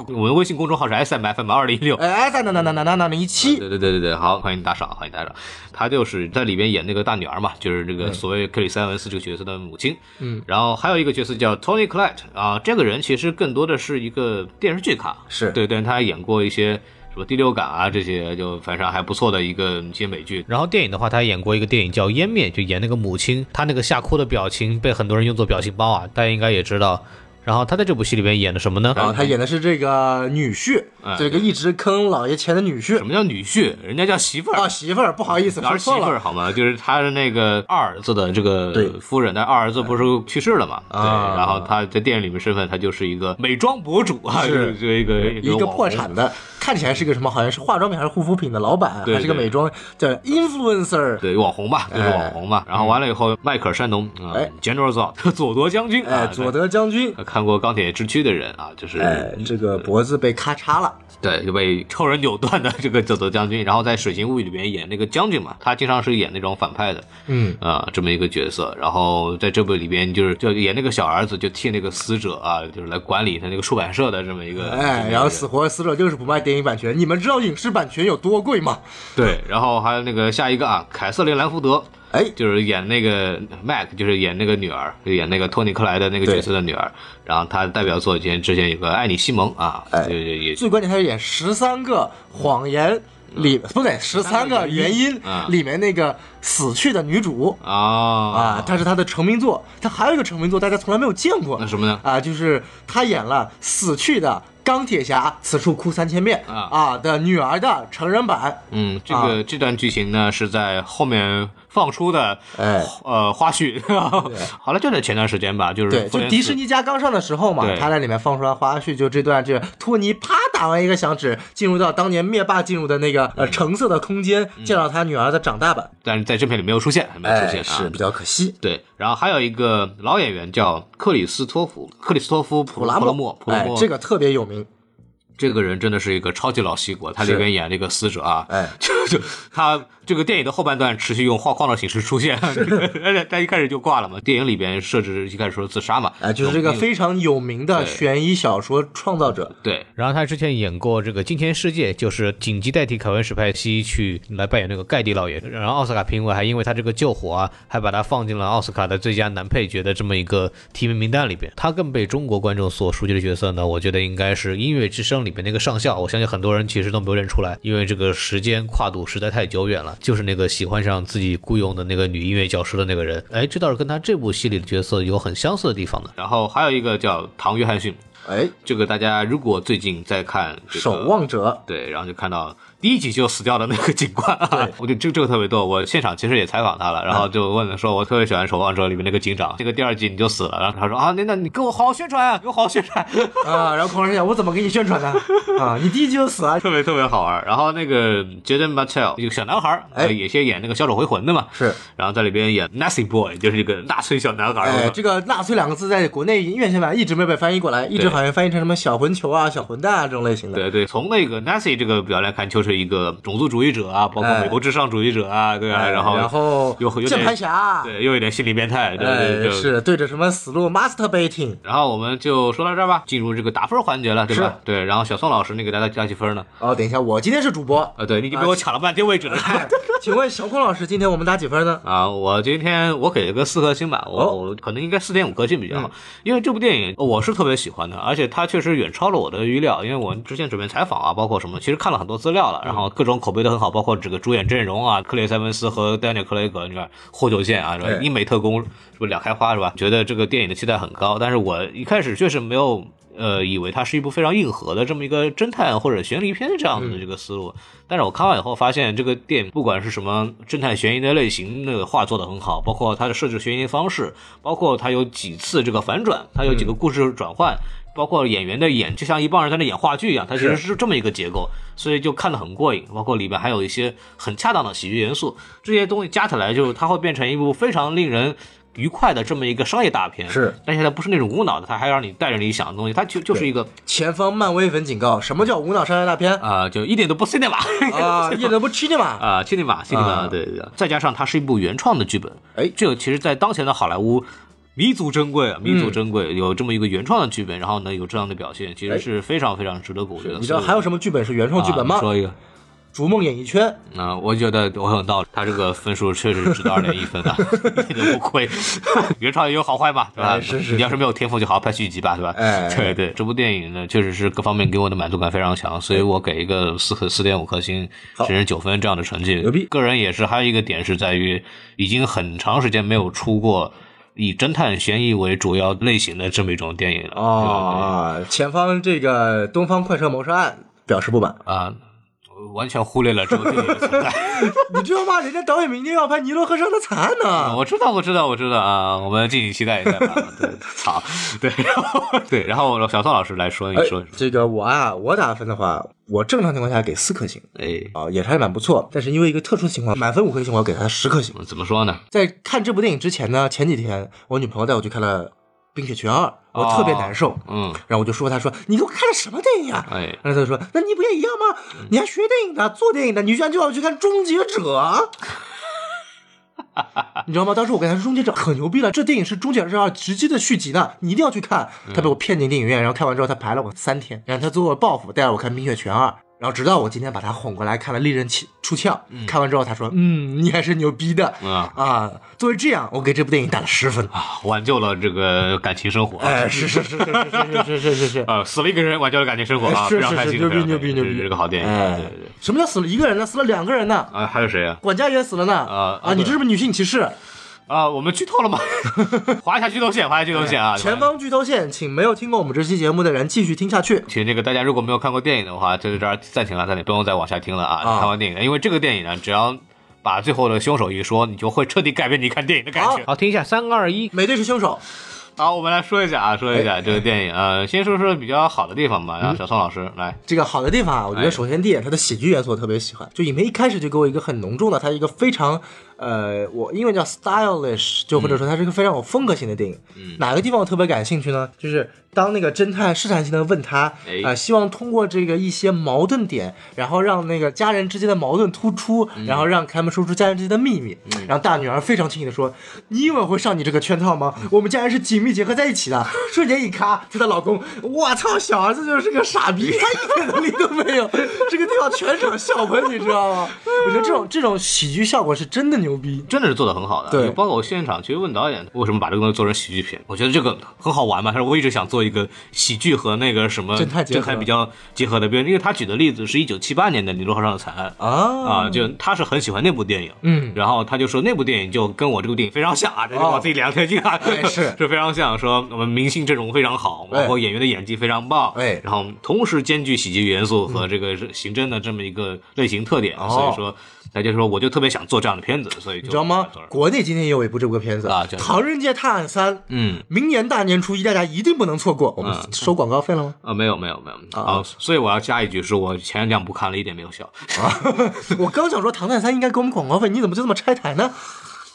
[SPEAKER 2] 我们微信公众号是 S M F M 二零一六。
[SPEAKER 1] 哎，在那那那那那那那一期，
[SPEAKER 2] 啊对对对对对，好，欢迎打赏，欢迎打赏。他就是在里边演那个大女儿嘛，就是这个所谓克里斯·埃文斯这个角色的母亲。嗯，然后还有一个角色叫 Tony Collette 啊，这个人其实更多的是一个电视剧咖，
[SPEAKER 1] 是
[SPEAKER 2] 对，但是他还演过一些什么《第六感啊》这些，就反正还不错的一个一些美剧。然后电影的话，他演过一个电影叫《湮灭》，就演那个母亲，她那个吓哭的表情被很多人用作表情包啊，大家应该也知道。然后他在这部戏里边演的什么呢？
[SPEAKER 1] 然后啊他演的是这个女婿，
[SPEAKER 2] 哎
[SPEAKER 1] 这个一直坑老爷钱的女婿
[SPEAKER 2] 什么叫女婿？人家叫媳妇儿
[SPEAKER 1] 啊，媳妇儿，不好意思，说
[SPEAKER 2] 儿媳
[SPEAKER 1] 错
[SPEAKER 2] 妇
[SPEAKER 1] 了
[SPEAKER 2] 儿。好吗？就是他是那个二儿子的这
[SPEAKER 1] 对
[SPEAKER 2] 个夫人，但二儿子不是去世了嘛？对，
[SPEAKER 1] 啊
[SPEAKER 2] 然后他在电影里面身份，他就是一个美妆博主啊，
[SPEAKER 1] 是
[SPEAKER 2] 就一个
[SPEAKER 1] 一个
[SPEAKER 2] 网红
[SPEAKER 1] 破产的，看起来是个什么？好像是化妆品还是护肤品的老板，
[SPEAKER 2] 对
[SPEAKER 1] 还是个
[SPEAKER 2] 对
[SPEAKER 1] 美妆叫 influencer。
[SPEAKER 2] 对网红吧，就是
[SPEAKER 1] 哎
[SPEAKER 2] 网红吧。然后完了以后，迈克尔·山农啊
[SPEAKER 1] 哎
[SPEAKER 2] ，General Zod，佐 德将军
[SPEAKER 1] 哎，
[SPEAKER 2] 啊，
[SPEAKER 1] 佐德将军，
[SPEAKER 2] 看看过《钢铁之躯》的人啊，就是
[SPEAKER 1] 哎，这个脖子被咔嚓了。
[SPEAKER 2] 对，就被超人扭断的这个佐德将军， 然后在《水形物语》里面演那个将军嘛，他经常是演那种反派的，
[SPEAKER 1] 嗯，
[SPEAKER 2] 啊、这么一个角色。然后在这部里边，就是就演那个小儿子，就替那个死者啊，就是来管理他那个出版社的这么一个。这么一
[SPEAKER 1] 哎，
[SPEAKER 2] 个
[SPEAKER 1] 然后死活死者就是不卖电影版权，你们知道影视版权有多贵吗？
[SPEAKER 2] 对，然后还有那个下一个啊，凯瑟琳·兰福德。
[SPEAKER 1] 哎，
[SPEAKER 2] 就是演那个 Mac，就是演那个女儿，就演那个托尼克莱的那个角色的女儿。然后她代表作以前之前有个《爱你西蒙》啊，
[SPEAKER 1] 哎
[SPEAKER 2] 就也也
[SPEAKER 1] 最关键他是演十三个谎言里，不对，嗯十三个原因
[SPEAKER 2] 嗯
[SPEAKER 1] 里面那个死去的女主
[SPEAKER 2] 啊
[SPEAKER 1] 啊
[SPEAKER 2] 啊，
[SPEAKER 1] 她是他的成名作，他还有一个成名作大家从来没有见过
[SPEAKER 2] 那什么呢？
[SPEAKER 1] 啊，就是他演了死去的钢铁侠，此处哭三千遍
[SPEAKER 2] 啊
[SPEAKER 1] 啊的女儿的成人版，
[SPEAKER 2] 嗯，这个、
[SPEAKER 1] 啊
[SPEAKER 2] 这段剧情呢是在后面放出的，
[SPEAKER 1] 哎
[SPEAKER 2] 呃，花絮。 好了，就在前段时间吧，就是
[SPEAKER 1] 对，
[SPEAKER 2] 复
[SPEAKER 1] 就
[SPEAKER 2] 联
[SPEAKER 1] 迪
[SPEAKER 2] 四
[SPEAKER 1] 士尼家刚上的时候嘛
[SPEAKER 2] 对，
[SPEAKER 1] 他在里面放出来花絮，就这段就是托尼啪打完一个响指，进入到当年灭霸进入的那个呃
[SPEAKER 2] 嗯
[SPEAKER 1] 橙色的空间，见到他女儿的长大版，
[SPEAKER 2] 但是在正片里没有出现，嗯没有出现啊。
[SPEAKER 1] 哎是比较可惜。
[SPEAKER 2] 对，然后还有一个老演员叫克里斯托弗，克里斯托弗普
[SPEAKER 1] 普拉
[SPEAKER 2] 普拉
[SPEAKER 1] 莫，
[SPEAKER 2] 普拉
[SPEAKER 1] 哎
[SPEAKER 2] 莫，，
[SPEAKER 1] 这个特别有名，
[SPEAKER 2] 这个人真的是一个超级老戏骨，他里
[SPEAKER 1] 是
[SPEAKER 2] 边演这个死者啊，
[SPEAKER 1] 哎
[SPEAKER 2] 就就他这个电影的后半段持续用画框的形式出现， 他他一开始就挂了嘛。电影里边设置一开始说自杀嘛，
[SPEAKER 1] 哎，就是这个非常有名的悬疑小说创造者，
[SPEAKER 2] 对，然后他之前演过这个《惊天世界》，就是紧急代替凯文史派西去来扮演那个盖蒂老爷。然后奥斯卡评委还因为他这个救火啊，还把他放进了奥斯卡的最佳男配角的这么一个提名名单里边。他更被中国观众所熟悉的角色呢，我觉得应该是《音乐之声》里边那个上校。我相信很多人其实都没有认出来，因为这个时间跨度实在太久远了。就是那个喜欢上自己雇佣的那个女音乐教师的那个人，哎，这倒是跟他这部戏里的角色有很相似的地方的。然后还有一个叫唐·约翰逊，
[SPEAKER 1] 哎，
[SPEAKER 2] 这个大家如果最近在看、这个《
[SPEAKER 1] 守》，望 者，
[SPEAKER 2] 对，然后就看到第一集就死掉的那个警 官，啊我觉得这个这个特别逗。我现场其实也采访他了，然后就问他说，我特别喜欢《守望者》里面那个警长，这个第二集你就死了，然后他说啊，那那你给我好好宣传啊， 给我好好宣传。
[SPEAKER 1] 啊，然后孔老师讲我怎么给你宣传呢？啊，你第一集就死了，
[SPEAKER 2] 特别特别好玩，然后那个 Jaden Mattel 一个小男孩儿，
[SPEAKER 1] 哎
[SPEAKER 2] 呃也先演那个《小丑回魂》的嘛，
[SPEAKER 1] 是，
[SPEAKER 2] 然后在里边演 Nazi Boy，就是一个纳粹小男孩儿，
[SPEAKER 1] 哎，这个“纳粹”两个字在国内院线版一直没被翻译过来，一直
[SPEAKER 2] 对
[SPEAKER 1] 好像翻译成什么“小混球”啊、“小混蛋”啊这种类型的。
[SPEAKER 2] 对对，从那个 Nazi 这个表来看，就是一个种族主义者啊，包括
[SPEAKER 1] 哎
[SPEAKER 2] 美国至上主义者啊，对啊，
[SPEAKER 1] 哎
[SPEAKER 2] 然后
[SPEAKER 1] 然后
[SPEAKER 2] 有有点
[SPEAKER 1] 键盘侠，
[SPEAKER 2] 对，又有点心理变态，对对
[SPEAKER 1] 啊哎，
[SPEAKER 2] 对。
[SPEAKER 1] 是对着什么死路 masturbating，
[SPEAKER 2] 然后我们就说到这儿吧，进入这个打分环节了，对吧？对，然后小宋老师，你给大家加几分呢？
[SPEAKER 1] 哦，等一下，我今天是主播。
[SPEAKER 2] 啊，对你已经被我抢了半天位置了。
[SPEAKER 1] 哎请问小孔老师，今天我们打几分呢？
[SPEAKER 2] 啊，我今天我给了个四颗星吧，我、
[SPEAKER 1] 哦
[SPEAKER 2] 我可能应该四点五颗星比较好，因为这部电影我是特别喜欢的，而且它确实远超了我的预料，因为我之前准备采访啊，包括什么，其实看了很多资料了，然后各种口碑都很好，包括这个主演阵容啊，克里斯·埃文斯和丹尼尔·克雷格，你看霍九剑啊，是吧
[SPEAKER 1] 哎
[SPEAKER 2] 英美特工是不是两开花是吧？觉得这个电影的期待很高，但是我一开始确实没有。呃，以为它是一部非常硬核的这么一个侦探或者悬疑片这样的这个思路，但是我看完以后发现，这个电影不管是什么侦探悬疑的类型，那个画做的很好，包括它的设置悬疑方式，包括它有几次这个反转，它有几个故事转换，包括演员的演，就像一帮人在那演话剧一样，它其实是这么一个结构，所以就看得很过瘾。包括里面还有一些很恰当的喜剧元素，这些东西加起来就它会变成一部非常令人愉快的这么一个商业大片，
[SPEAKER 1] 是，
[SPEAKER 2] 但是它不是那种无脑的，它还让你带着你想的东西，它就就是一个
[SPEAKER 1] 前方漫威粉警告：什么叫无脑商业大片
[SPEAKER 2] 啊、就一点都 不 cinema
[SPEAKER 1] 啊？一点都不 cinema。
[SPEAKER 2] 啊，cinema cinema，
[SPEAKER 1] 啊
[SPEAKER 2] 对对对，再加上它是一部原创的剧本，
[SPEAKER 1] 哎
[SPEAKER 2] 这个其实，在当前的好莱坞。弥足珍贵啊，弥
[SPEAKER 1] 嗯
[SPEAKER 2] 足珍贵，有这么一个原创的剧本，然后呢有这样的表现，其实是非常非常值得鼓励的。
[SPEAKER 1] 哎你知道还有什么剧本是原创
[SPEAKER 2] 所以
[SPEAKER 1] 剧本
[SPEAKER 2] 啊
[SPEAKER 1] 吗
[SPEAKER 2] 你？说一个，
[SPEAKER 1] 逐梦演艺圈》
[SPEAKER 2] 嗯、我觉得我很有道理，他这个分数确实值得二点一 分的，啊一点都不亏。原创也有好坏嘛，对吧？
[SPEAKER 1] 哎是是
[SPEAKER 2] 你要是没有天赋，就好好拍续集吧，对吧？
[SPEAKER 1] 哎
[SPEAKER 2] 对对，这部电影呢，确实是各方面给我的满足感非常强，所以我给一个四颗四点五颗星，
[SPEAKER 1] 好
[SPEAKER 2] 甚至九分这样的成绩。
[SPEAKER 1] 牛逼
[SPEAKER 2] 个人也是，还有一个点是在于，已经很长时间没有出过以侦探悬疑为主要类型的这么一种电影了。对吧
[SPEAKER 1] 啊，前方这个东方快车谋杀案表示不满。
[SPEAKER 2] 对啊。我完全忽略了这部电影的存 在。
[SPEAKER 1] 你知道吗？人家导演明天要拍《尼罗河上的惨案》呢。
[SPEAKER 2] 嗯我知道，我知道，我知道啊！我们敬请期待一下 吧。对，好，对，然后对，然后小宋老师来说，你
[SPEAKER 1] 哎
[SPEAKER 2] 说一说，
[SPEAKER 1] 这个我啊，我打分的话，我正常情况下给四颗星
[SPEAKER 2] 哎，
[SPEAKER 1] 啊，也还蛮不错。但是因为一个特殊情况，满分五颗星，我给他十颗星。
[SPEAKER 2] 怎么说呢？
[SPEAKER 1] 在看这部电影之前呢，前几天我女朋友带我去看了《冰雪奇缘二》，我特别难受。
[SPEAKER 2] 嗯，
[SPEAKER 1] 然后我就说她说你给我看了什么电影啊？
[SPEAKER 2] 哎，
[SPEAKER 1] 然后她说那你不也一样吗？你还学电影的，做电影的，你居然就要去看《终结者》？你知道吗？当时我跟她说《终结者》可牛逼了，这电影是《终结者二》直接的续集呢，你一定要去看。她被我骗进电影院，然后看完之后她排了我三天，然后她最后报复带着我看《冰雪奇缘二》。然后直到我今天把她哄过来看了《利刃起出鞘》，看完之后她说：“嗯，你还是牛逼的。”
[SPEAKER 2] 啊
[SPEAKER 1] 啊，作为这样，我给这部电影打了十分。
[SPEAKER 2] 挽救了这个感情生活，啊
[SPEAKER 1] 哎，是是是是是是是是是是。
[SPEAKER 2] 呃，死了一个人，挽救了感情生活啊，
[SPEAKER 1] 哎是
[SPEAKER 2] 非常
[SPEAKER 1] 是
[SPEAKER 2] 开
[SPEAKER 1] 是
[SPEAKER 2] 心，
[SPEAKER 1] 牛逼
[SPEAKER 2] 非常
[SPEAKER 1] 牛
[SPEAKER 2] 开
[SPEAKER 1] 逼哎
[SPEAKER 2] 心
[SPEAKER 1] 牛
[SPEAKER 2] 这
[SPEAKER 1] 逼！
[SPEAKER 2] 是个好电影，对对对。
[SPEAKER 1] 什么叫死了一个人呢？死了两个人呢？
[SPEAKER 2] 啊，还有谁啊？
[SPEAKER 1] 管家也死了呢？
[SPEAKER 2] 啊
[SPEAKER 1] 啊！你这是不是女性歧视？
[SPEAKER 2] 啊，我们剧透了吗？ 划一下剧透线，划一下剧透线啊！
[SPEAKER 1] 前方剧透线，请没有听过我们这期节目的人继续听下去。
[SPEAKER 2] 请这个大家如果没有看过电影的话，就在这儿暂停了，暂停，不用再往下听了啊！
[SPEAKER 1] 啊
[SPEAKER 2] 看完电影，因为这个电影呢，只要把最后的凶手一说，你就会彻底改变你看电影的感觉。好，听一下三二一，
[SPEAKER 1] 美队是凶手，
[SPEAKER 2] 好，我们来说一下啊，说一下这个电影，呃，先说说比较好的地方吧。然后小宋老师来，
[SPEAKER 1] 这个好的地方啊，我觉
[SPEAKER 2] 哎
[SPEAKER 1] 得首先第一点，它的喜剧元素我特别喜欢。就影片一开始就给我一个很浓重的，它一个非常呃，我英文叫 stylish，就或
[SPEAKER 2] 嗯
[SPEAKER 1] 者说它是一个非常有风格性的电影。嗯、哪个地方我特别感兴趣呢？就是当那个侦探试探性的问他，
[SPEAKER 2] 哎
[SPEAKER 1] 呃，希望通过这个一些矛盾点，然后让那个家人之间的矛盾突出，
[SPEAKER 2] 嗯
[SPEAKER 1] 然后让他们说出家人之间的秘密。然后大女儿非常轻易的说：“你以为我会上你这个圈套
[SPEAKER 2] 嗯
[SPEAKER 1] 吗？我们家人是紧密结合在一起的。” 瞬间一咔，她的老公，我操，小儿子就是个傻 逼，他一点能力都没有。这个地方全场笑喷，你知道 吗？我觉得这种这种喜剧效果是真的牛逼。
[SPEAKER 2] 真的是做的很好的。
[SPEAKER 1] 对
[SPEAKER 2] 包括我现场去问导演为什么把这个东西做成喜剧片，我觉得这个很好玩嘛。他说我一直想做一个喜剧和那个什么
[SPEAKER 1] 侦探结合
[SPEAKER 2] 比较结合的，比如因为他举的例子是一九七八年的《尼罗河上的惨案》
[SPEAKER 1] 啊
[SPEAKER 2] 啊，就他是很喜欢那部电影，嗯，然后他就说那部电影就跟我这部电影非常像啊，这就
[SPEAKER 1] 哦
[SPEAKER 2] 往自己脸上贴金啊，
[SPEAKER 1] 哎 是
[SPEAKER 2] 非常像，说我们明星阵容非常好，包括演员的演技非常棒，
[SPEAKER 1] 哎嗯
[SPEAKER 2] 然后同时兼具喜剧元素和这个刑侦的这么一个类型特点，
[SPEAKER 1] 哦
[SPEAKER 2] 所以说他就说我就特别想做这样的片子，所以就
[SPEAKER 1] 你知道吗
[SPEAKER 2] 做了？
[SPEAKER 1] 国内今天也有一部这部片子
[SPEAKER 2] 啊
[SPEAKER 1] 《
[SPEAKER 2] 叫
[SPEAKER 1] 唐人街探案三》。
[SPEAKER 2] 嗯。
[SPEAKER 1] 明年大年初一，大家一定不能错过。我们收广告费了吗？
[SPEAKER 2] 啊，没有没有没有啊，所以我要加一句，是我前两部看了一点没有笑， 啊
[SPEAKER 1] 我刚想说《唐探三》应该给我们广告费，你怎么就这么拆台呢？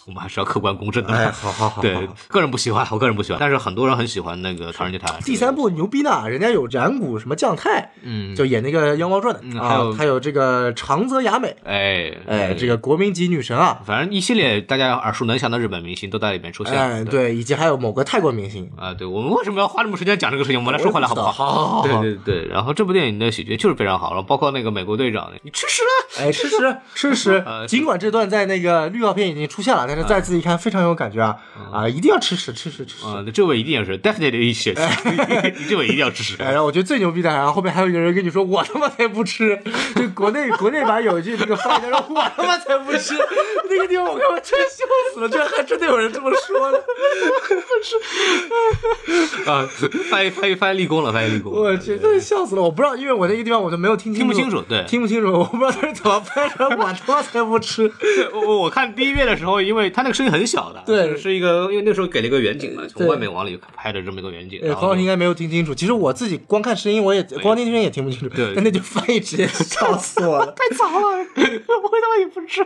[SPEAKER 2] 我们还是要客观公正的。
[SPEAKER 1] 哎，好好好。
[SPEAKER 2] 对，个人不喜欢，我个人不喜欢，但是很多人很喜欢那个《唐人街啊探案》。
[SPEAKER 1] 第三部牛逼呢，人家有染谷什么将太，
[SPEAKER 2] 嗯
[SPEAKER 1] 就演那个《妖猫传》
[SPEAKER 2] 嗯
[SPEAKER 1] 的啊，
[SPEAKER 2] 还有
[SPEAKER 1] 还有这个长泽雅美，
[SPEAKER 2] 哎
[SPEAKER 1] 哎，这个国民级女神啊，
[SPEAKER 2] 反正一系列大家耳熟能详的日本明星都在里面出现。
[SPEAKER 1] 哎，
[SPEAKER 2] 啊对
[SPEAKER 1] 对，以及还有某个泰国明星，
[SPEAKER 2] 啊，对我们为什么要花这么多时间讲这个事情？我们来说回来好不好？
[SPEAKER 1] 好好好好好
[SPEAKER 2] 对对对，然后这部电影的喜剧就是非常好，然后包括那个美国队长，你吃屎了，
[SPEAKER 1] 哎，吃屎吃屎
[SPEAKER 2] 呃！嗯
[SPEAKER 1] 尽管这段在那个预告片已经出现了，但是再次一看非常有感觉啊啊！一定要吃屎吃屎吃屎！
[SPEAKER 2] 啊、这位一定也是 definitely 血， 这位一定要支持。
[SPEAKER 1] 哎，然后我觉得最牛逼的，然后后面还有一个人跟你说：“我他妈才不吃！”就国内国内版有一句那个翻译，他说：“我他妈才不吃！”那个地方我看我真笑死了，居然还真的有人这么说呢！
[SPEAKER 2] 啊，翻译翻译翻译立功了，翻译立功了。
[SPEAKER 1] 我去，真的笑死了！我不知道，因为我那个地方我就没有听
[SPEAKER 2] 听
[SPEAKER 1] 听
[SPEAKER 2] 不清楚，对。
[SPEAKER 1] 听不清楚，我不知道他是怎么翻译成“我他妈才不吃
[SPEAKER 2] 我我看第一遍的时候，因为会，它那个声音很小的，
[SPEAKER 1] 对
[SPEAKER 2] 就是一个，因为那时候给了一个远景嘛，从
[SPEAKER 1] 对
[SPEAKER 2] 外面往里拍的这么一个远景，
[SPEAKER 1] 呃，
[SPEAKER 2] 然
[SPEAKER 1] 黄老
[SPEAKER 2] 后
[SPEAKER 1] 师应该没有听清楚。其实我自己光看声音，我也光听声音也听不清楚。
[SPEAKER 2] 对
[SPEAKER 1] 但那就翻译直接笑死我了。
[SPEAKER 2] 太早了，我他妈也不知。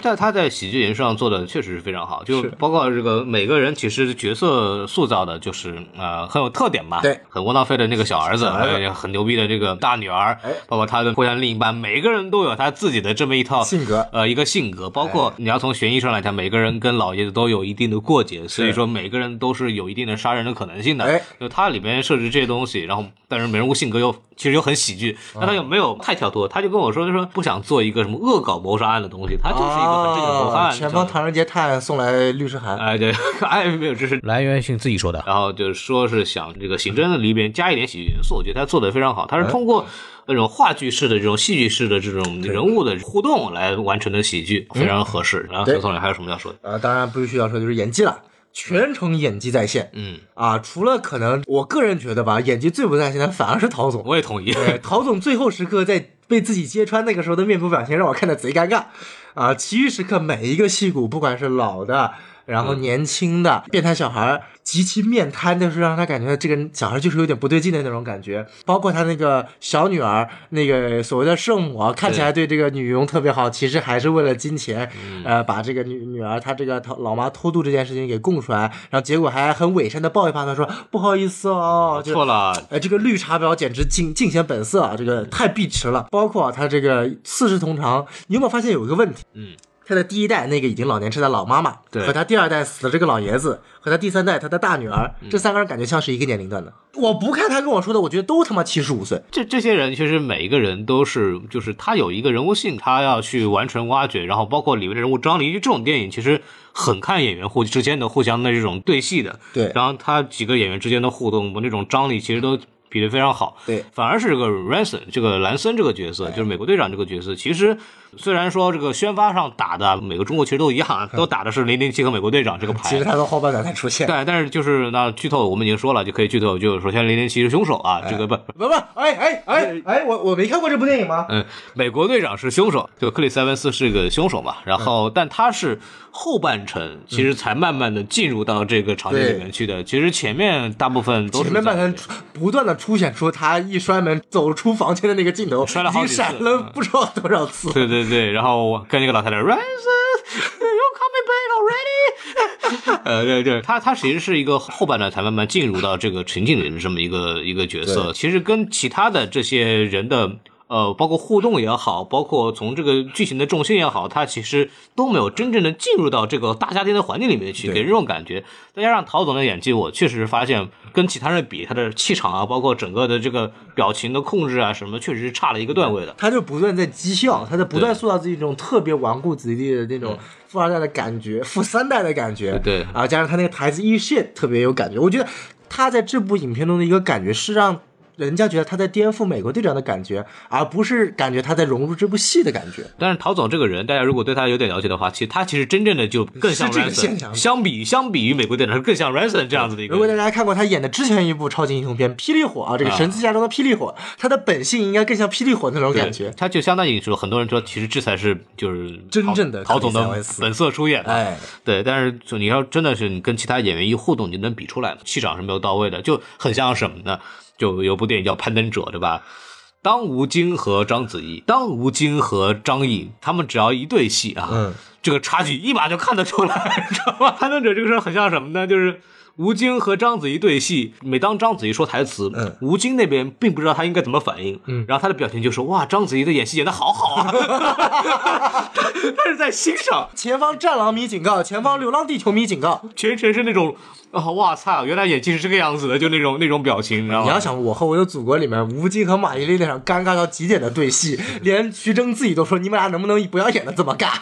[SPEAKER 2] 但他在喜剧人上做的确实是非常好，就是包括这个每个人其实角色塑造的，就是呃很有特点吧。
[SPEAKER 1] 对，
[SPEAKER 2] 很窝囊废的那个小儿子，
[SPEAKER 1] 小儿子
[SPEAKER 2] 还有很牛逼的这个大女儿
[SPEAKER 1] 哎，
[SPEAKER 2] 包括他的互相另一半，每个人都有他自己的这么一套
[SPEAKER 1] 性格哎
[SPEAKER 2] 呃一个性格。包括你要从悬疑上来讲，每个人跟老爷子都有一定的过节，所以说每个人都是有一定的杀人的可能性的。
[SPEAKER 1] 哎
[SPEAKER 2] 就它里边设置这些东西，然后但是美人物性格又其实又很喜剧，但他又
[SPEAKER 1] 嗯
[SPEAKER 2] 没有太跳脱，他就跟我说，他说不想做一个什么恶搞谋杀案的东西，他就是一个很正经的谋杀
[SPEAKER 1] 啊
[SPEAKER 2] 案。
[SPEAKER 1] 前方唐人街探案送来律师函，
[SPEAKER 2] 哎对， 哎没有，这是来源性自己说的。然后就是说是想这个刑侦的里边加一点喜剧元素，我觉得他做的非常好，他是通过。那种话剧式的、这种戏剧式的这种人物的互动来完成的喜剧，非常合适。然后何总理还有什么要说的？
[SPEAKER 1] 啊，当然不需要说就是演技了，全程演技在线。
[SPEAKER 2] 嗯，
[SPEAKER 1] 啊，除了可能我个人觉得吧，演技最不在线的反而是陶总。
[SPEAKER 2] 我也同意。
[SPEAKER 1] 对， 陶总最后时刻在被自己揭穿那个时候的面部表情让我看的贼尴尬啊！其余时刻每一个戏骨，不管是老的，然后年轻的、变态小孩儿，极其面瘫，就是让他感觉这个小孩就是有点不对劲的那种感觉。包括他那个小女儿，那个所谓的圣母啊，看起来对这个女佣特别好，其实还是为了金钱，呃，把这个女女儿她这个她老妈偷渡这件事情给供出来，然后结果还很伪善的抱一抱她说不好意思哦，就
[SPEAKER 2] 错了，
[SPEAKER 1] 哎，这个绿茶婊简直尽尽显本色啊！这个太碧池了。包括啊，他这个四世同堂，你有没有发现有一个问题？
[SPEAKER 2] 嗯，
[SPEAKER 1] 他的第一代那个已经老年痴呆老妈妈，
[SPEAKER 2] 对
[SPEAKER 1] 和他第二代死的这个老爷子，和他第三代他的大女儿，这三个人感觉像是一个年龄段的。嗯我不看他跟我说的，我觉得都他妈七十五岁。
[SPEAKER 2] 这这些人其实每一个人都是，就是他有一个人物性，他要去完成挖掘，然后包括里面的人物张力，因为这种电影其实很看演员互之间的互相的这种对戏的，
[SPEAKER 1] 对
[SPEAKER 2] 然后他几个演员之间的互动，那种张力其实都比得非常好，
[SPEAKER 1] 对
[SPEAKER 2] 反而是这个 Ranson 这个兰森这个角色，就是美国队长这个角色，其实虽然说这个宣发上打的每个中国其实都一样，都打的是零零七和美国队长这个
[SPEAKER 1] 嗯
[SPEAKER 2] 牌，
[SPEAKER 1] 其实他到后半段才出现。
[SPEAKER 2] 对，但是就是那剧透我们已经说了，就可以剧透，就是首先零零七是凶手啊，这个不
[SPEAKER 1] 不不，哎哎哎哎，我我没看过这部电影吗？
[SPEAKER 2] 嗯，美国队长是凶手，就克里斯埃文斯是个凶手嘛，
[SPEAKER 1] 嗯
[SPEAKER 2] 然后、但他是后半程，其实才慢慢的进入到这个场景里面去的。其实前面大部分都是
[SPEAKER 1] 前面半
[SPEAKER 2] 在
[SPEAKER 1] 段不断的出现出他一摔门走出房间的那个镜头，
[SPEAKER 2] 摔了
[SPEAKER 1] 已
[SPEAKER 2] 好
[SPEAKER 1] 经
[SPEAKER 2] 几
[SPEAKER 1] 闪
[SPEAKER 2] 次
[SPEAKER 1] 了不知道多少次。
[SPEAKER 2] 对对对，然后我跟那个老太太 r a n s you coming back already？呃， 对对，他他其实是一个后半段才慢慢进入到这个情境里的这么一个一个角色，其实跟其他的这些人的。呃，包括互动也好，包括从这个剧情的重心也好，他其实都没有真正的进入到这个大家庭的环境里面去，给人这种感觉。再加上陶总的演技，我确实发现跟其他人比，他的气场啊，包括整个的这个表情的控制啊什么，确实是差了一个段位的。嗯
[SPEAKER 1] 他就不断在讥笑，他在不断塑造自己一种特别纨绔子弟的那种富二代的感觉，富三代的感觉。
[SPEAKER 2] 对
[SPEAKER 1] 啊，加上他那个台词一 shit 特别有感觉，我觉得他在这部影片中的一个感觉是让。人家觉得他在颠覆美国队长的感觉，而不是感觉他在融入这部戏的感觉。
[SPEAKER 2] 但是陶总这个人，大家如果对他有点了解的话，其实他其实真正的就更像
[SPEAKER 1] 是这个现
[SPEAKER 2] Ranson，
[SPEAKER 1] 象
[SPEAKER 2] 相比相比于美国队长，他更像 Ranson 这样子的一个
[SPEAKER 1] 如果大
[SPEAKER 2] 人。
[SPEAKER 1] 家看过他演的之前一部超级英雄片《霹雳火》啊，这个
[SPEAKER 2] 啊
[SPEAKER 1] 神奇家中的霹雳火，他的本性应该更像霹雳火那种感觉。
[SPEAKER 2] 他就相当于说，很多人说，其实这才是就是
[SPEAKER 1] 真
[SPEAKER 2] 陶
[SPEAKER 1] 正的
[SPEAKER 2] 陶总
[SPEAKER 1] 克里斯埃
[SPEAKER 2] 的
[SPEAKER 1] 文斯
[SPEAKER 2] 本色出演。
[SPEAKER 1] 哎，
[SPEAKER 2] 对，但是就你要真的是你跟其他演员一互动，你就能比出来，气场是没有到位的，就很像什么呢？就有部电影叫《攀登者》，对吧？当吴京和章子怡，当吴京和张译，他们只要一对戏啊，
[SPEAKER 1] 嗯
[SPEAKER 2] 这个差距一把就看得出来， 知道吧？攀登者这个事儿很像什么呢？就是。吴京和章子怡对戏，每当章子怡说台词，
[SPEAKER 1] 嗯
[SPEAKER 2] 吴京那边并不知道他应该怎么反应，然后他的表情就说：“哇，章子怡的演戏演得好好啊！” 他是在欣赏，
[SPEAKER 1] 前方战狼迷警告，前方流浪地球迷警告。
[SPEAKER 2] 全程是那种啊、哇操，原来演技是这个样子的，就那种那种表情，你知道
[SPEAKER 1] 你要
[SPEAKER 2] 吗？
[SPEAKER 1] 想《我和我的祖国》里面，吴京和马伊琍那场尴尬到极点的对戏，连徐峥自己都说：“你们俩能不能不要演的这么尬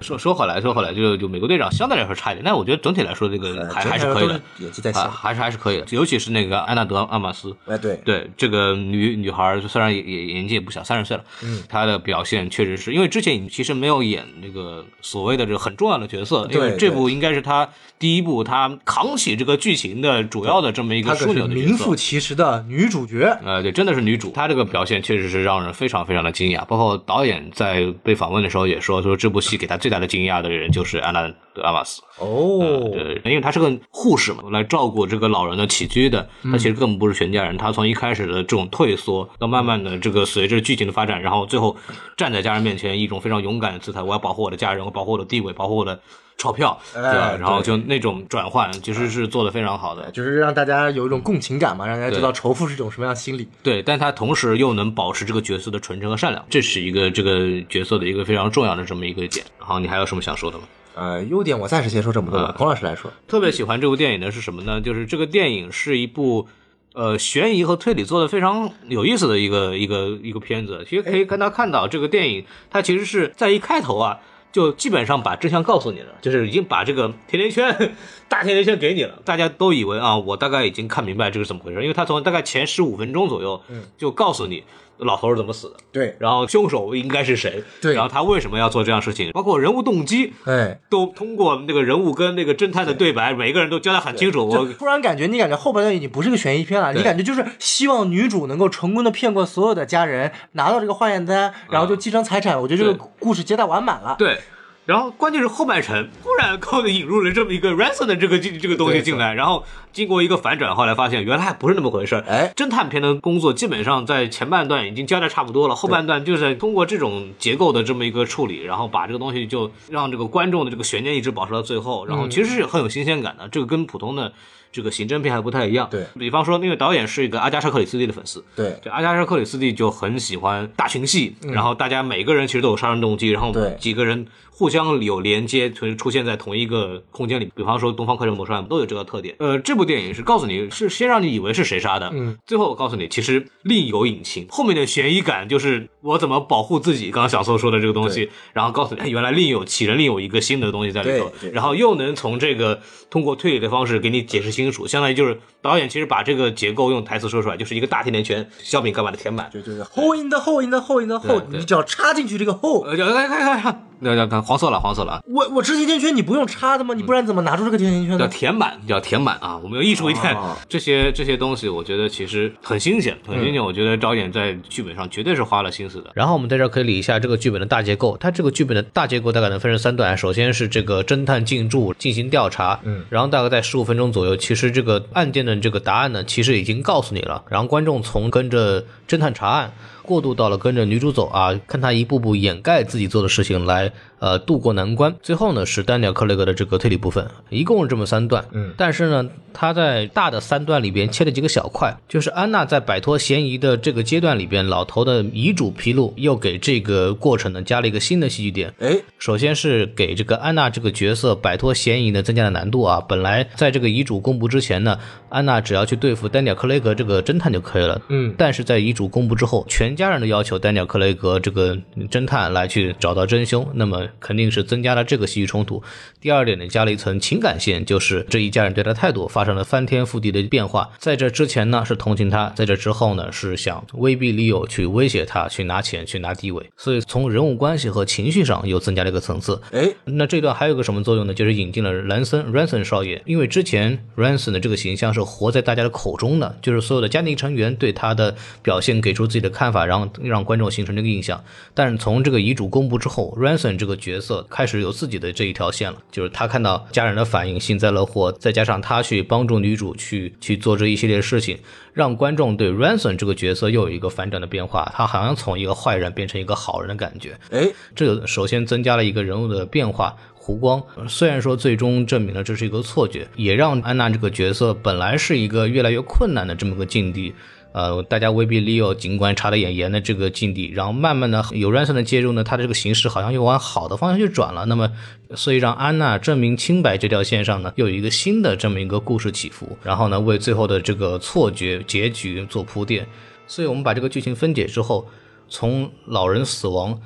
[SPEAKER 2] 说说回来，说回来，就就美国队长相对来说差一点，但我觉得整体来说这个？”
[SPEAKER 1] 呃
[SPEAKER 2] 还还是可以的，，
[SPEAKER 1] 演技在线
[SPEAKER 2] 还。还是还是可以的，尤其是那个安娜德阿玛斯，
[SPEAKER 1] 哎，对，
[SPEAKER 2] 对这个女女孩儿，虽然也也年纪也不小，三十岁了，嗯，她的表现确实是因为之前其实没有演这个所谓的这个很重要的角色，因
[SPEAKER 1] 对
[SPEAKER 2] 为这部应该是她第一部她扛起这个剧情的主要的这么 一
[SPEAKER 1] 她
[SPEAKER 2] 个
[SPEAKER 1] 可
[SPEAKER 2] 枢
[SPEAKER 1] 是
[SPEAKER 2] 纽的角
[SPEAKER 1] 名
[SPEAKER 2] 色
[SPEAKER 1] 副。其实的女主角。
[SPEAKER 2] 呃，对，真的是女主，她这个表现确实是让人非常非常的惊讶。包括导演在被访问的时候也说，说这部戏给她最大的惊讶的人就是安娜德阿玛斯。
[SPEAKER 1] 哦，
[SPEAKER 2] 对，因为她是个护士嘛，来照顾这个老人的起居的。她
[SPEAKER 1] 嗯
[SPEAKER 2] 其实根本不是全家人，她从一开始的这种退缩，到慢慢的这个随着剧情的发展，然后最后站在家人面前，一种非常勇敢的姿态，我要保护我的家人，我保护我的地位，保护我的钞票，对吧？
[SPEAKER 1] 哎
[SPEAKER 2] 然后就那种转换，其实是做的非常好的。
[SPEAKER 1] 哦就是让大家有一种共情感嘛，让大家知
[SPEAKER 2] 对
[SPEAKER 1] 道仇富是一种什么样的心理。
[SPEAKER 2] 对，但他同时又能保持这个角色的纯真和善良，这是一个这个角色的一个非常重要的这么一个点。然后你还有什么想说的吗？
[SPEAKER 1] 呃，优点我暂时先说这么多吧。
[SPEAKER 2] 嗯
[SPEAKER 1] 孔老师来说，
[SPEAKER 2] 特别喜欢这部电影的是什么呢？就是这个电影是一部。呃，悬疑和推理做的非常有意思的一个一个一个片子，其实可以跟他看到这个电影，它其实是在一开头啊，就基本上把真相告诉你了，就是已经把这个甜甜圈 大甜甜圈给你了，大家都以为啊，我大概已经看明白这个是怎么回事，因为他从大概前十五分钟左右就告诉你老头是怎么死的，
[SPEAKER 1] 对，
[SPEAKER 2] 然后凶手应该是谁，
[SPEAKER 1] 对
[SPEAKER 2] 然后他为什么要做这样的事情，包括人物动机，
[SPEAKER 1] 哎，
[SPEAKER 2] 都通过那个人物跟那个侦探的对白，每个人都交代很清楚。
[SPEAKER 1] 就
[SPEAKER 2] 我
[SPEAKER 1] 突然感觉你感觉后半段已经不是个悬疑片了，你
[SPEAKER 2] 对
[SPEAKER 1] 感觉就是希望女主能够成功的骗过所有的家人，拿到这个化验单，然后就继承财产。我觉得这个
[SPEAKER 2] 对
[SPEAKER 1] 故事皆大完满了。
[SPEAKER 2] 对，然后关键是后半程突然靠的引入了这么一个 ransom 的这个这这个东西进来，然后经过一个反转，后来发现原来还不是那么回事儿。
[SPEAKER 1] 哎
[SPEAKER 2] 侦探片的工作基本上在前半段已经交代差不多了，后半段就是通过这种结构的这么一个处理，然后把这个东西就让这个观众的这个悬念一直保持到最后，然后
[SPEAKER 1] 嗯
[SPEAKER 2] 其实是很有新鲜感的。这个跟普通的这个刑侦片还不太一样。
[SPEAKER 1] 对
[SPEAKER 2] 比方说，那个导演是一个阿加莎·克里斯蒂的粉丝，
[SPEAKER 1] 对嗯
[SPEAKER 2] 对，阿加莎·克里斯蒂就很喜欢大群戏，然后大家每个人其实都有杀人动机，然后
[SPEAKER 1] 对
[SPEAKER 2] 几个人互相有连接，出出现在同一个空间里。比方说《东方快车谋杀案》都有这个特点。呃，这部电影是告诉你是先让你以为是谁杀的，嗯，最后我告诉你其实另有隐情。后面的悬疑感就是我怎么保护自己，刚刚小宋说的这个东西，然后告诉你哎原来另有其人，另有一个新的东西在里头，
[SPEAKER 1] 对对
[SPEAKER 2] 然后又能从这个通过推理的方式给你解释清楚，相当于就是导演其实把这个结构用台词说出来，就是一个大甜甜圈，小饼干把它填满。
[SPEAKER 1] 就就是 hole in the hole in the hole in the hole，
[SPEAKER 2] 对对
[SPEAKER 1] 你只要插进去这个 hole。
[SPEAKER 2] 呃，就看看看，要要看黄色了，黄色了啊，
[SPEAKER 1] 我我吃甜甜圈，你不用插的吗？你不然怎么拿出这个甜甜圈
[SPEAKER 2] 要
[SPEAKER 1] 呢？
[SPEAKER 2] 填满，要填满啊！我们要艺术一点，
[SPEAKER 1] 哦
[SPEAKER 2] 这些这些东西，我觉得其实很新鲜，很新鲜。我觉得导演在剧本上绝对是花了心思嗯的。然后我们在这儿可以理一下这个剧本的大结构，它这个剧本的大结构大概能分成三段。啊首先是这个侦探进驻进行调查，嗯，然后大概在十五分钟左右，其实这个案件的这个答案呢，其实已经告诉你了。然后观众从跟着侦探查案。过渡到了跟着女主走啊，看她一步步掩盖自己做的事情来，呃，渡过难关。最后呢是丹尼尔·克雷格的这个推理部分，一共是这么三段。嗯，但是呢，他在大的三段里边切了几个小块，就是安娜在摆脱嫌疑的这个阶段里边，老头的遗嘱披露又给这个过程呢加了一个新的戏剧点。
[SPEAKER 1] 哎，
[SPEAKER 2] 首先是给这个安娜这个角色摆脱嫌疑呢增加了难度啊。本来在这个遗嘱公布之前呢，安娜只要去对付丹尼尔·克雷格这个侦探就可以了。
[SPEAKER 1] 嗯
[SPEAKER 2] 但是在遗嘱公布之后，全家人都要求丹尼尔·克雷格这个侦探来去找到真凶，那么肯定是增加了这个戏剧冲突。第二点呢，加了一层情感线，就是这一家人对他态度发生了翻天覆地的变化。在这之前呢是同情他，在这之后呢是想威逼利诱去威胁他，去拿钱，去拿地位。所以从人物关系和情绪上又增加了一个层次。
[SPEAKER 1] 哎，
[SPEAKER 2] 那这段还有一个什么作用呢？就是引进了兰森 Ranson 少爷，因为之前 Ranson 的这个形象是活在大家的口中的，就是所有的家庭成员对他的表现给出自己的看法，然后让观众形成这个印象。但是从这个遗嘱公布之后，Ranson 这个角色开始有自己的这一条线了，就是他看到家人的反应幸灾乐祸，再加上他去帮助女主去去做这一系列的事情，让观众对 Ranson 这个角色又有一个反转的变化，他好像从一个坏人变成一个好人的感觉。
[SPEAKER 1] 哎，
[SPEAKER 2] 这就首先增加了一个人物的变化。湖光虽然说最终证明了这是一个错觉，也让安娜这个角色本来是一个越来越困难的这么个境地，呃，大家威逼利诱，尽管查得眼严的这个境地，然后慢慢的有 Ranson 的介入呢，他这个形势好像又往好的方向去转了。那么，所以让安娜证明清白这条线上呢，又有一个新的这么一个故事起伏，然后呢，为最后的这个错觉结局做铺垫。所以我们把这个剧情分解之后，从老人死亡，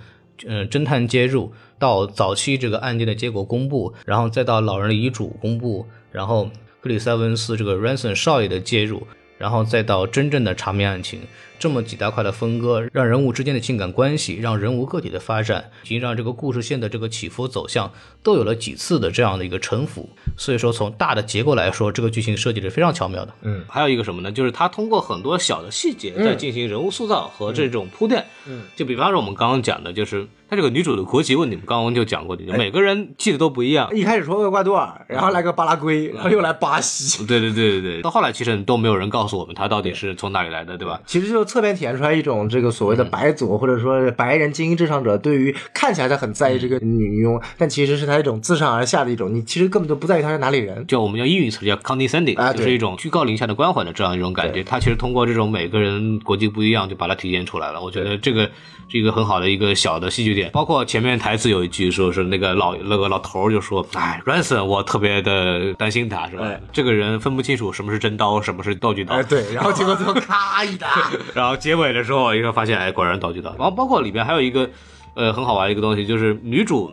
[SPEAKER 2] 呃，侦探介入，到早期这个案件的结果公布，然后再到老人的遗嘱公布，然后克里斯埃文斯这个 Ranson 少爷的介入，然后再到真正的查明案情，这么几大块的分割，让人物之间的情感关系，让人物个体的发展，以及让这个故事线的这个起伏走向，都有了几次的这样的一个沉浮。所以说，从大的结构来说，这个剧情设计是非常巧妙的。嗯，还有一个什么呢？就是它通过很多小的细节在进行人物塑造和这种铺垫。嗯，就比方说我们刚刚讲的，就是它这个女主的国籍问题，我们刚刚就讲过，就每个人记得都不一样。
[SPEAKER 1] 一开始说厄瓜多尔，然后来个巴拉圭，然后又来巴西，
[SPEAKER 2] 对对对对对，到后来其实都没有人告诉我们他到底是从哪里来的，对吧？
[SPEAKER 1] 其实就侧面体现出来一种这个所谓的白左或者说白人精英至上者对于看起来他很在意这个女佣，但其实是他一种自上而下的一种，你其实根本就不在意他是哪里人。
[SPEAKER 2] 就我们用英语词叫 condescending，、
[SPEAKER 1] 啊对
[SPEAKER 2] 就是一种居高临下的关怀的这样一种感觉。他其实通过这种每个人国籍不一样，就把它体现出来了。我觉得这个是一个很好的一个小的戏剧点。包括前面台词有一句说是那个老那个老头儿就说：“哎，Ransom，我特别的担心他，是吧？
[SPEAKER 1] 哎
[SPEAKER 2] 这个人分不清楚什么是真刀，什么是道具刀。
[SPEAKER 1] 哎，对，然后结果最后咔一 打，
[SPEAKER 2] 然后结尾的时候，一个发现，哎，果然道具刀。然后包括里边还有一个，呃，很好玩的一个东西，就是女主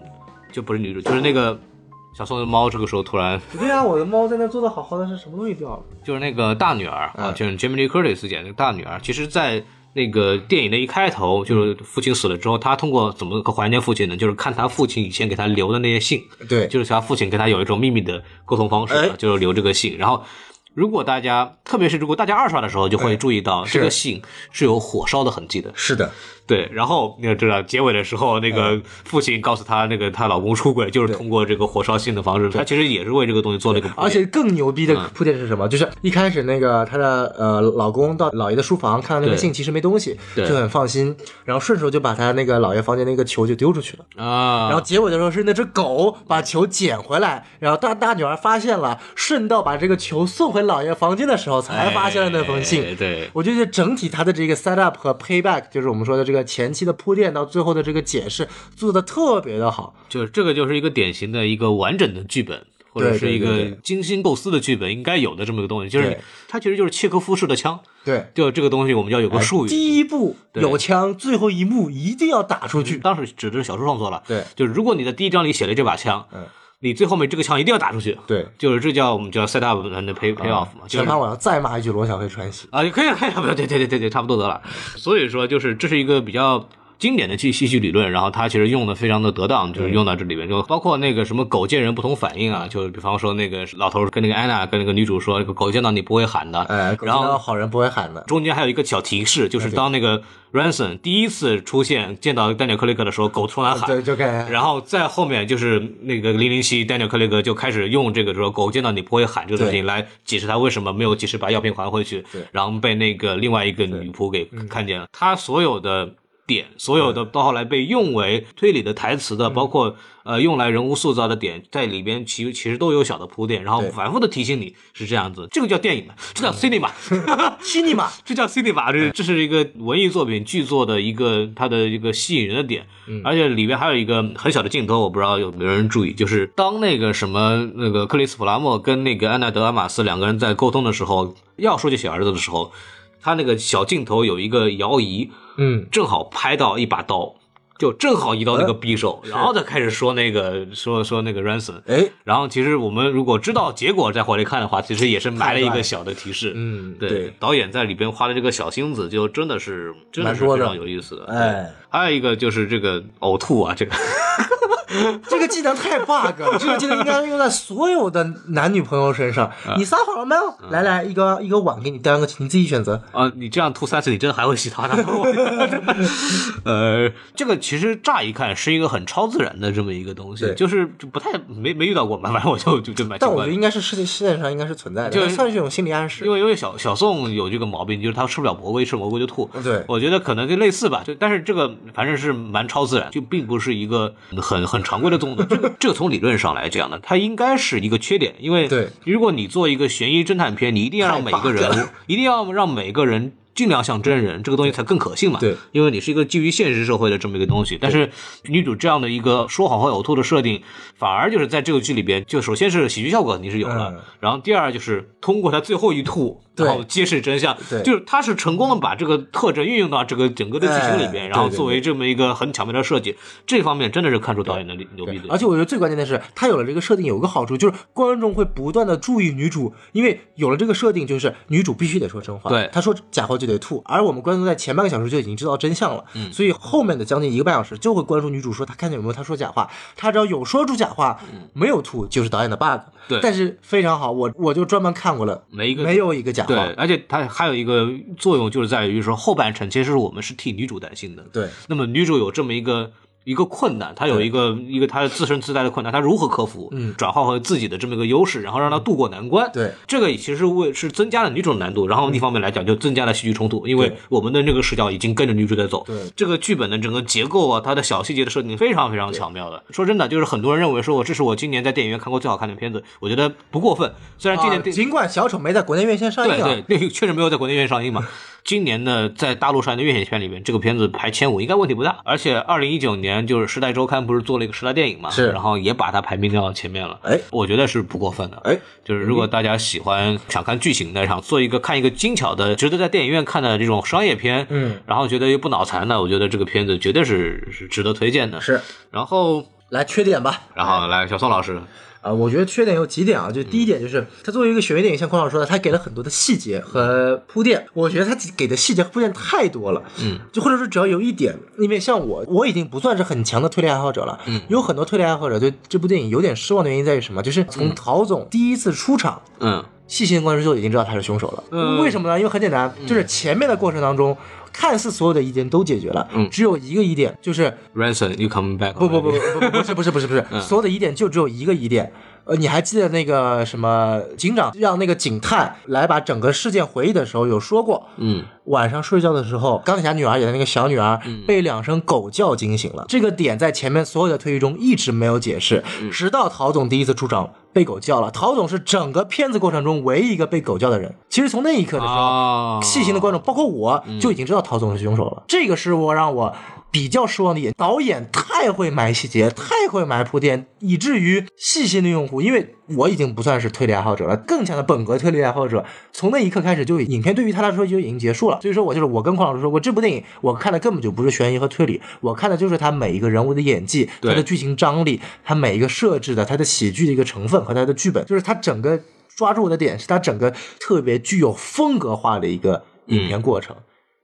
[SPEAKER 2] 就不是女主，就是那个小宋的猫，这个时候突然
[SPEAKER 1] 不对啊，我的猫在那坐的好好的，是什么东西掉了？
[SPEAKER 2] 就是那个大女儿
[SPEAKER 1] 嗯
[SPEAKER 2] 啊，就是 Jamie Lee Curtis 演那个大女儿，其实，在那个电影的一开头，
[SPEAKER 1] 嗯
[SPEAKER 2] 就是父亲死了之后，她通过怎么个怀念父亲呢？就是看她父亲以前给她留的那些信，
[SPEAKER 1] 对，
[SPEAKER 2] 就是他父亲跟他有一种秘密的沟通方式，
[SPEAKER 1] 哎
[SPEAKER 2] 就是留这个信。然后，如果大家，特别是如果大家二刷的时候，就会注意到
[SPEAKER 1] 哎是
[SPEAKER 2] 这个信是有火烧的痕迹的。
[SPEAKER 1] 是的，
[SPEAKER 2] 对，然后你也知道，结尾的时候，那
[SPEAKER 1] 嗯
[SPEAKER 2] 个父亲告诉她，那个她老公出轨就是通过这个火烧信的方式。她其实也是为这个东西做了一个铺垫，
[SPEAKER 1] 而且更牛逼的
[SPEAKER 2] 嗯
[SPEAKER 1] 铺垫是什么？就是一开始那个她的呃老公到姥爷的书房看到那个
[SPEAKER 2] 对
[SPEAKER 1] 信，其实没东西，
[SPEAKER 2] 对
[SPEAKER 1] 就很放心，然后顺手就把他那个姥爷房间那个球就丢出去了。
[SPEAKER 2] 啊，
[SPEAKER 1] 然后结尾的时候是那只狗把球捡回来，然后大大女儿发现了，顺道把这个球送回姥爷房间的时候才发现了那封信。
[SPEAKER 2] 哎对。
[SPEAKER 1] 我就觉得整体它的这个 set up 和 payback，就是我们说的这个前期的铺垫到最后的这个解释，做的特别的好。
[SPEAKER 2] 就是这个就是一个典型的一个完整的剧本，或者
[SPEAKER 1] 对
[SPEAKER 2] 是一
[SPEAKER 1] 对对
[SPEAKER 2] 个
[SPEAKER 1] 对
[SPEAKER 2] 精心构思的剧本应该有的这么一个东西，就是
[SPEAKER 1] 对
[SPEAKER 2] 它其实就是契诃夫式的枪，
[SPEAKER 1] 对，
[SPEAKER 2] 就这个东西我们要有个术
[SPEAKER 1] 哎
[SPEAKER 2] 语。
[SPEAKER 1] 第一步
[SPEAKER 2] 对
[SPEAKER 1] 有枪，最后一幕一定要打出去。
[SPEAKER 2] 当时指的是小说创作了，
[SPEAKER 1] 对
[SPEAKER 2] 就是如果你在第一章里写了这把枪，
[SPEAKER 1] 嗯
[SPEAKER 2] 你最后面这个枪一定要打出去，
[SPEAKER 1] 对，啊
[SPEAKER 2] 就是这叫我们叫 set up and pay pay off 嘛，就
[SPEAKER 1] 前
[SPEAKER 2] 是
[SPEAKER 1] 面我要再骂一句罗小黑川西。
[SPEAKER 2] 啊，可以了，可以了，对对对对对，差不多得了。所以说，就是这是一个比较经典的戏戏剧理论，然后它其实用的非常的得当，就是用到这里面，就包括那个什么狗见人不同反应啊，就是比方说那个老头跟那个安娜跟那个女主说，那个狗见到你不会喊的，
[SPEAKER 1] 哎，狗
[SPEAKER 2] 然
[SPEAKER 1] 见到
[SPEAKER 2] 后。
[SPEAKER 1] 好人不会喊的。
[SPEAKER 2] 中间还有一个小提示，就是当那个 Ransom 第一次出现见到丹尼尔克雷格的时候，狗突然喊，
[SPEAKER 1] 对，就该
[SPEAKER 2] 然后在后面就是那个零零七 Daniel Craig 就开始用这个说“狗见到你不会喊”这个事情来解释他为什么没有及时把药品还回去
[SPEAKER 1] 对，嗯
[SPEAKER 2] 然后被那个另外一个女仆给看见了。他所有的点，所有的到后来被用为推理的台词
[SPEAKER 1] 嗯
[SPEAKER 2] 的，包括呃用来人物塑造的点，在里边其其实都有小的铺垫，然后
[SPEAKER 1] 对嗯
[SPEAKER 2] 反复的提醒你是这样子，这个叫电影嘛，这叫 cinema。
[SPEAKER 1] cinema。
[SPEAKER 2] 这叫 cinema，这这是一个文艺作品剧作的一个它的一个吸引人的点，而且里边还有一个很小的镜头，我不知道有没有人注意，就是当那个什么那个克里斯普拉默跟那个安娜德阿玛斯两个人在沟通的时候，要说起小儿子的时候，他那个小镜头有一个摇移，
[SPEAKER 1] 嗯，
[SPEAKER 2] 正好拍到一把刀，就正好移到那个匕首，然后再开始说那个说说那个 ransom。
[SPEAKER 1] 哎，
[SPEAKER 2] 然后，其实我们如果知道结果再回来看的话，其实也是埋了一个小的提示。
[SPEAKER 1] 嗯
[SPEAKER 2] 对，
[SPEAKER 1] 对
[SPEAKER 2] 导演在里边花的这个小心思，就真的是真的是
[SPEAKER 1] 蛮多
[SPEAKER 2] 非
[SPEAKER 1] 的
[SPEAKER 2] 常有意思的。
[SPEAKER 1] 哎
[SPEAKER 2] 对，还有一个就是这个呕吐啊，这个
[SPEAKER 1] 这个技能太 bug，了，这个技能应该用在所有的男女朋友身上。你撒谎了没有？来来，一个一个碗给你端个起，你自己选择。
[SPEAKER 2] 啊，你这样吐三次，你真的还会洗它呢？ 呃，这个其实乍一看是一个很超自然的这么一个东西，
[SPEAKER 1] 对
[SPEAKER 2] 就是就不太没没遇到过嘛，反正我就就就蛮奇
[SPEAKER 1] 但我
[SPEAKER 2] 怪
[SPEAKER 1] 觉
[SPEAKER 2] 的
[SPEAKER 1] 得。应该是世界世界上应该是存在的，
[SPEAKER 2] 就
[SPEAKER 1] 算是一种心理暗示。
[SPEAKER 2] 因为因为小小宋有这个毛病，就是他吃不了蘑菇，一吃蘑菇就吐。
[SPEAKER 1] 对
[SPEAKER 2] 我觉得可能就类似吧，就但是这个反正是蛮超自然，就并不是一个很很常规的动作。这个这个从理论上来讲呢，它应该是一个缺点，因为
[SPEAKER 1] 对
[SPEAKER 2] 如果你做一个悬疑侦探片，你一定要让每一个人
[SPEAKER 1] 太 bug
[SPEAKER 2] 物， 一定要让每个人。尽量像真人，这个东西才更可信嘛。
[SPEAKER 1] 对，
[SPEAKER 2] 因为你是一个基于现实社会的这么一个东西。但是女主这样的一个说谎和呕吐的设定，反而就是在这个剧里边，就首先是喜剧效果肯定是有了，
[SPEAKER 1] 嗯
[SPEAKER 2] 然后第二就是通过她最后一吐，
[SPEAKER 1] 对
[SPEAKER 2] 然后揭示真相，
[SPEAKER 1] 对
[SPEAKER 2] 就是他是成功的把这个特征运用到这个整个的剧情里边，
[SPEAKER 1] 哎
[SPEAKER 2] 然后
[SPEAKER 1] 对对
[SPEAKER 2] 作为这么一个很巧妙的设计，这方面真的是看出导演的牛逼的地方。
[SPEAKER 1] 而且我觉得最关键的是，它有了这个设定，有个好处就是观众会不断的注意女主，因为有了这个设定，就是女主必须得说真话，
[SPEAKER 2] 对
[SPEAKER 1] 她说假话就得吐。而我们观众在前半个小时就已经知道真相了，
[SPEAKER 2] 嗯
[SPEAKER 1] 所以后面的将近一个半小时就会关注女主说她看见有没有她说假话，她只要有说出假话，没有吐就是导演的 bug。
[SPEAKER 2] 嗯对
[SPEAKER 1] 但是非常好，我我就专门看过了，
[SPEAKER 2] 没一个
[SPEAKER 1] 没有一个假
[SPEAKER 2] 对
[SPEAKER 1] 话，，
[SPEAKER 2] 而且它还有一个作用，就是在于说后半程其实我们是替女主担心的。
[SPEAKER 1] 对，
[SPEAKER 2] 那么女主有这么一个一个困难，她有一个一个她自身自带的困难，她如何克服？嗯，转化为自己的这么一个优势，然后让她渡过难关。
[SPEAKER 1] 对，
[SPEAKER 2] 这个其实为是增加了女主的难度，然后另一方面来讲就增加了戏剧冲突，因为我们的那个视角已经跟着女主在走。
[SPEAKER 1] 对
[SPEAKER 2] 这个剧本的整个结构啊，它的小细节的设定非常非常巧妙的。说真的，就是很多人认为说我这是我今年在电影院看过最好看的片子，我觉得不过分。虽然今年
[SPEAKER 1] 啊
[SPEAKER 2] 电、
[SPEAKER 1] 尽管小丑没在国内院线上映
[SPEAKER 2] 对
[SPEAKER 1] 啊，
[SPEAKER 2] 对，那 个确实没有在国内院线上映嘛。今年的在大陆上映的院线片里面，这个片子排前五应该问题不大。而且二零一九年就是《时代周刊》不是做了一个十大电影嘛，
[SPEAKER 1] 是
[SPEAKER 2] 然后也把它排名到前面了。
[SPEAKER 1] 哎
[SPEAKER 2] 我觉得是不过分的。
[SPEAKER 1] 哎，
[SPEAKER 2] 就是如果大家喜欢想看剧情的，想做一个看一个精巧的、值得在电影院看的这种商业片，
[SPEAKER 1] 嗯，
[SPEAKER 2] 然后觉得又不脑残的，我觉得这个片子绝对是是值得推荐的。，
[SPEAKER 1] 是
[SPEAKER 2] 然后
[SPEAKER 1] 来缺点吧，
[SPEAKER 2] 然后来小宋老师，
[SPEAKER 1] 啊，我觉得缺点有几点啊，就第一
[SPEAKER 2] 嗯
[SPEAKER 1] 点就是，它作为一个学院电影，像孔老师说的，它给了很多的细节和铺垫。我觉得它给的细节和铺垫太多了，
[SPEAKER 2] 嗯，
[SPEAKER 1] 就或者说只要有一点，因为像我，我已经不算是很强的推理爱好者了，嗯，有很多推理爱好者对这部电影有点失望的原因在于什么？就是从陶总第一次出场，
[SPEAKER 2] 嗯，
[SPEAKER 1] 细心的观众就已经知道他是凶手了。
[SPEAKER 2] 嗯
[SPEAKER 1] 为什么呢？因为很简单，就是前面的过程当中，看似所有的疑点都解决了，嗯，只有一个疑点就是。
[SPEAKER 2] Ransom，you coming back？
[SPEAKER 1] 不不不不不不是不是不是不是，所有的疑点就只有一个疑点。呃，你还记得那个什么警长让那个警探来把整个事件回忆的时候有说过，
[SPEAKER 2] 嗯，
[SPEAKER 1] 晚上睡觉的时候，钢铁侠女儿演的那个小女儿被两声狗叫惊醒了。这个点在前面所有的推理中一直没有解释，直到陶总第一次出场被狗叫了。陶总是整个片子过程中唯一一个被狗叫的人。其实从那一刻的时候，
[SPEAKER 2] 啊，
[SPEAKER 1] 细心的观众，包括我，就已经知道陶总是凶手了。这个是我让我比较失望的一点。导演太会埋细节，太会埋铺垫，以至于细心的用户，因为我已经不算是推理爱好者了，更强的本格推理爱好者，从那一刻开始就影片对于他来说就已经结束了。所以说我就是我跟邝老师说过，这部电影我看的根本就不是悬疑和推理，我看的就是他每一个人物的演技，他
[SPEAKER 2] 对
[SPEAKER 1] 的剧情张力，他每一个设置的，他的喜剧的一个成分和他的剧本，就是他整个抓住我的点是他整个特别具有风格化的一个影片过程。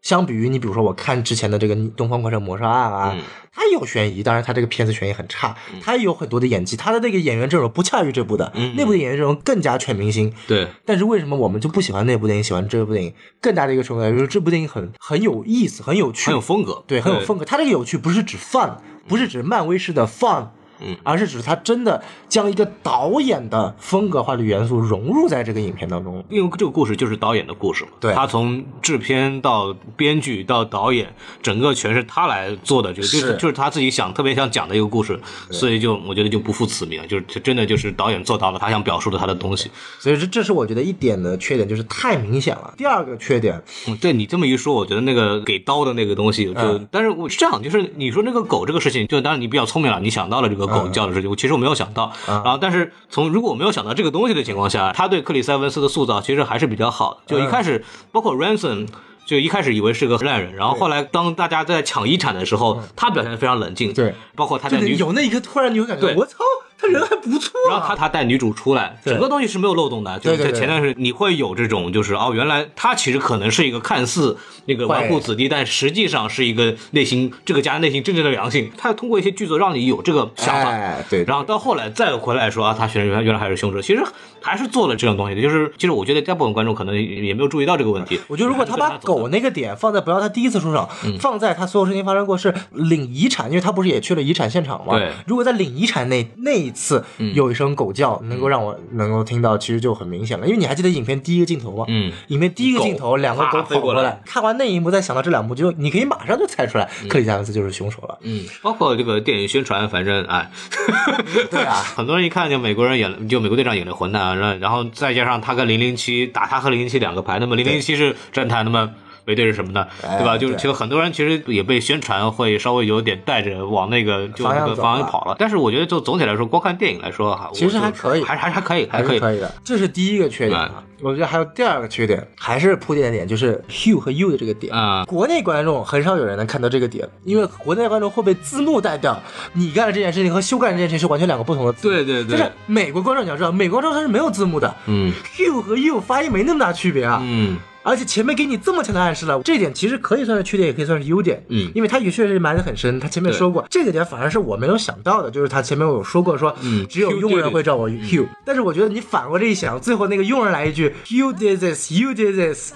[SPEAKER 1] 相比于你，比如说我看之前的这个《东方快车谋杀案》啊，它也有悬疑，当然它这个片子悬疑很差，它也有很多的演技，它的那个演员阵容不恰于这部的，那部的演员阵容更加全明星。
[SPEAKER 2] 对，
[SPEAKER 1] 但是为什么我们就不喜欢那部电影，喜欢这部电影？更大的一个程度来说，这部电影很很有意思，很有趣，
[SPEAKER 2] 很有风格，
[SPEAKER 1] 对，很有风格。它这个有趣不是指 fun，不是指漫威式的 fun，
[SPEAKER 2] 嗯，
[SPEAKER 1] 而是指它真的将一个导演的风格化的元素融入在这个影片当中。
[SPEAKER 2] 因为这个故事就是导演的故事嘛，
[SPEAKER 1] 对
[SPEAKER 2] 他从制片到编剧到导演，整个全是他来做的，这个就是就是他自己想特别想讲的一个故事，所以就我觉得就不负此名，就是真的就是导演做到了他想表述的他的东西。
[SPEAKER 1] 所以这这是我觉得一点的缺点，就是太明显了。第二个缺点，
[SPEAKER 2] 嗯，对你这么一说，我觉得那个给刀的那个东西，就、
[SPEAKER 1] 嗯
[SPEAKER 2] 但是我是这样，就是你说那个狗这个事情，就当然你比较聪明了，你想到了这个
[SPEAKER 1] 嗯
[SPEAKER 2] 狗叫的事情，我其实我没有想到。然后，但是从如果我没有想到这个东西的情况下，他对克里斯埃文斯的塑造其实还是比较好的。
[SPEAKER 1] 嗯
[SPEAKER 2] 就一开始，包括 Ransom。就一开始以为是个烂人，然后后来当大家在抢遗产的时候，他表现得非常冷静。
[SPEAKER 1] 嗯对，
[SPEAKER 2] 包括他
[SPEAKER 1] 就
[SPEAKER 2] 在
[SPEAKER 1] 得
[SPEAKER 2] 女主
[SPEAKER 1] 有那一个突然你会感觉
[SPEAKER 2] 对，
[SPEAKER 1] 我操，他人还不错、啊。
[SPEAKER 2] 然后他他带女主出来，
[SPEAKER 1] 对
[SPEAKER 2] 整个东西是没有漏洞的。就是
[SPEAKER 1] 对对
[SPEAKER 2] 在
[SPEAKER 1] 对
[SPEAKER 2] 前段时间，你会有这种，就是哦，原来他其实可能是一个看似那个
[SPEAKER 1] 坏
[SPEAKER 2] 纨
[SPEAKER 1] 人
[SPEAKER 2] 绔子弟，但实际上是一个内心这个家内心真正的良性。他通过一些剧作让你有这个想法，
[SPEAKER 1] 哎，对，
[SPEAKER 2] 然后到后来再回来说啊，他原来原来还是凶手，其实还是做了这种东西的。就是其实我觉得大部分观众可能也没有注意到这个问题。
[SPEAKER 1] 我觉得如果他把狗那个点放在不要他第一次出场，放在他所有事情发生过是领遗产，因为他不是也去了遗产现场嘛。
[SPEAKER 2] 对
[SPEAKER 1] 如果在领遗产那那一次有一声狗叫，能够让我能够听到，其实就很明显了。因为你还记得影片第一个镜头吗？
[SPEAKER 2] 嗯，
[SPEAKER 1] 影片第一个镜头，
[SPEAKER 2] 狗
[SPEAKER 1] 两个狗
[SPEAKER 2] 啪
[SPEAKER 1] 跑
[SPEAKER 2] 飞过
[SPEAKER 1] 过
[SPEAKER 2] 来
[SPEAKER 1] 来，看完那一幕，再想到这两幕，就你可以马上就猜出来克里斯·埃文斯就是凶手了。
[SPEAKER 2] 嗯，包括这个电影宣传，反正哎，
[SPEAKER 1] 对啊
[SPEAKER 2] 很多人一看就美国人演了，就美国队长演的混啊蛋，然后然后再加上他跟零零七打他和零零七两个牌，那么零零七是侦探，那么没对是什么呢？对吧？
[SPEAKER 1] 哎
[SPEAKER 2] 就是
[SPEAKER 1] 对
[SPEAKER 2] 其实很多人其实也被宣传会稍微有点带着往那个就
[SPEAKER 1] 方
[SPEAKER 2] 那
[SPEAKER 1] 向
[SPEAKER 2] 个
[SPEAKER 1] 走
[SPEAKER 2] 方向
[SPEAKER 1] 了
[SPEAKER 2] 跑了，但是我觉得就总体来说，光看电影来说，我
[SPEAKER 1] 其实
[SPEAKER 2] 就
[SPEAKER 1] 还可以
[SPEAKER 2] 还还还可以，还
[SPEAKER 1] 是
[SPEAKER 2] 以。
[SPEAKER 1] 可以的，这是第一个缺点啊。我觉得还有第二个缺点，还是铺垫的点，就是 Hugh 和 You 的这个点。
[SPEAKER 2] 嗯
[SPEAKER 1] 国内观众很少有人能看到这个点，因为国内观众会被字幕带掉。你干的这件事情和修改这件事情是完全两个不同的字幕。
[SPEAKER 2] 对对
[SPEAKER 1] 就
[SPEAKER 2] 对
[SPEAKER 1] 是美国观众你要知道，美国观众它是没有字幕的。
[SPEAKER 2] 嗯
[SPEAKER 1] Hugh 和 You 发音没那么大区别啊。
[SPEAKER 2] 嗯，
[SPEAKER 1] 而且前面给你这么强的暗示了，这点其实可以算是缺点，也可以算是优点。
[SPEAKER 2] 嗯
[SPEAKER 1] 因为他也确实埋得很深。他前面说过，这个点反而是我没有想到的，就是他前面有说过说，
[SPEAKER 2] 嗯
[SPEAKER 1] 只有
[SPEAKER 2] Hugh
[SPEAKER 1] 佣
[SPEAKER 2] did
[SPEAKER 1] 人
[SPEAKER 2] it 嗯
[SPEAKER 1] 会叫我 Hugh，、但是我觉得你反过来一想，最后那个佣人来一句 You did this, you did this。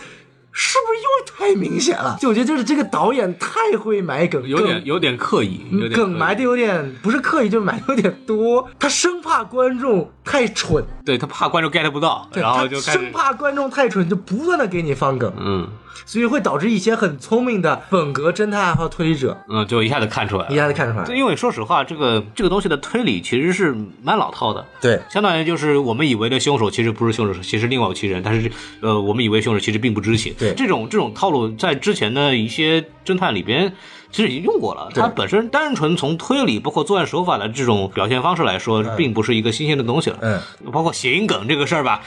[SPEAKER 1] 是不是又太明显了？就我觉得就是这个导演太会埋梗，
[SPEAKER 2] 有点有点刻意，有
[SPEAKER 1] 梗
[SPEAKER 2] 点
[SPEAKER 1] 梗
[SPEAKER 2] 刻意
[SPEAKER 1] 埋的有点不是刻意，就是埋的有点多。他生怕观众太蠢，
[SPEAKER 2] 对他怕观众 get 不到，
[SPEAKER 1] 对
[SPEAKER 2] 然后
[SPEAKER 1] 他
[SPEAKER 2] 就开始
[SPEAKER 1] 生怕观众太蠢，就不断的给你放梗。
[SPEAKER 2] 嗯
[SPEAKER 1] 所以会导致一些很聪明的本格侦探和推理者
[SPEAKER 2] 嗯，就一下子看出来
[SPEAKER 1] 一
[SPEAKER 2] 了。
[SPEAKER 1] 下子看出来了。
[SPEAKER 2] 因为说实话，这个这个东西的推理其实是蛮老套的，
[SPEAKER 1] 对，
[SPEAKER 2] 相当于就是我们以为的凶手其实不是凶手，其实另有其人，但是呃，我们以为凶手其实并不知情。
[SPEAKER 1] 对
[SPEAKER 2] 这种这种套路在之前的一些侦探里边。其实已经用过了，它本身单纯从推理包括作案手法的这种表现方式来说，并不是一个新鲜的东西了。
[SPEAKER 1] 嗯，
[SPEAKER 2] 包括谐音梗这个事儿 吧，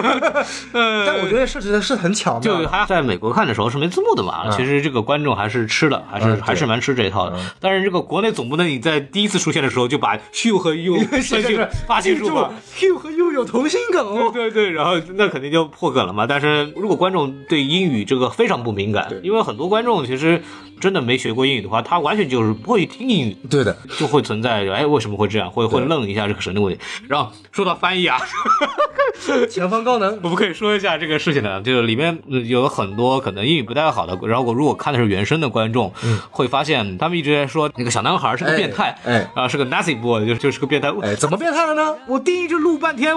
[SPEAKER 2] 呃，
[SPEAKER 1] 但我觉得设计的是很巧妙
[SPEAKER 2] 就
[SPEAKER 1] 的。
[SPEAKER 2] 还在美国看的时候是没字幕的嘛，其实这个观众还是吃的，还是、
[SPEAKER 1] 嗯对嗯
[SPEAKER 2] 还是蛮吃这一套的。但是这个国内总不能你在第一次出现的时候就把 Hugh 和 You 分
[SPEAKER 1] 是是
[SPEAKER 2] 清
[SPEAKER 1] 是，
[SPEAKER 2] 发清
[SPEAKER 1] 记
[SPEAKER 2] 楚
[SPEAKER 1] 住
[SPEAKER 2] 吧。
[SPEAKER 1] ，Hugh 和 You 有同心梗
[SPEAKER 2] 对
[SPEAKER 1] 哦。
[SPEAKER 2] 对对，然后那肯定就破梗了嘛。但是如果观众对英语这个非常不敏感，因为很多观众其实真的没学过英语的话，他完全就是不会听英语，
[SPEAKER 1] 对的，
[SPEAKER 2] 就会存在哎为什么会这样，会会愣一下这个神的问题。然后说到翻译啊，
[SPEAKER 1] 前方高能。
[SPEAKER 2] 我们可以说一下这个事情呢，就是里面呃有很多可能英语不太好的，然后我如果看的是原声的观众，会发现他们一直在说那个小男孩是个变态，
[SPEAKER 1] 嗯哎哎
[SPEAKER 2] 啊是个 Nazi boy，就就是个变态。
[SPEAKER 1] 哎，怎么变态了呢？
[SPEAKER 2] 我盯一直录半天，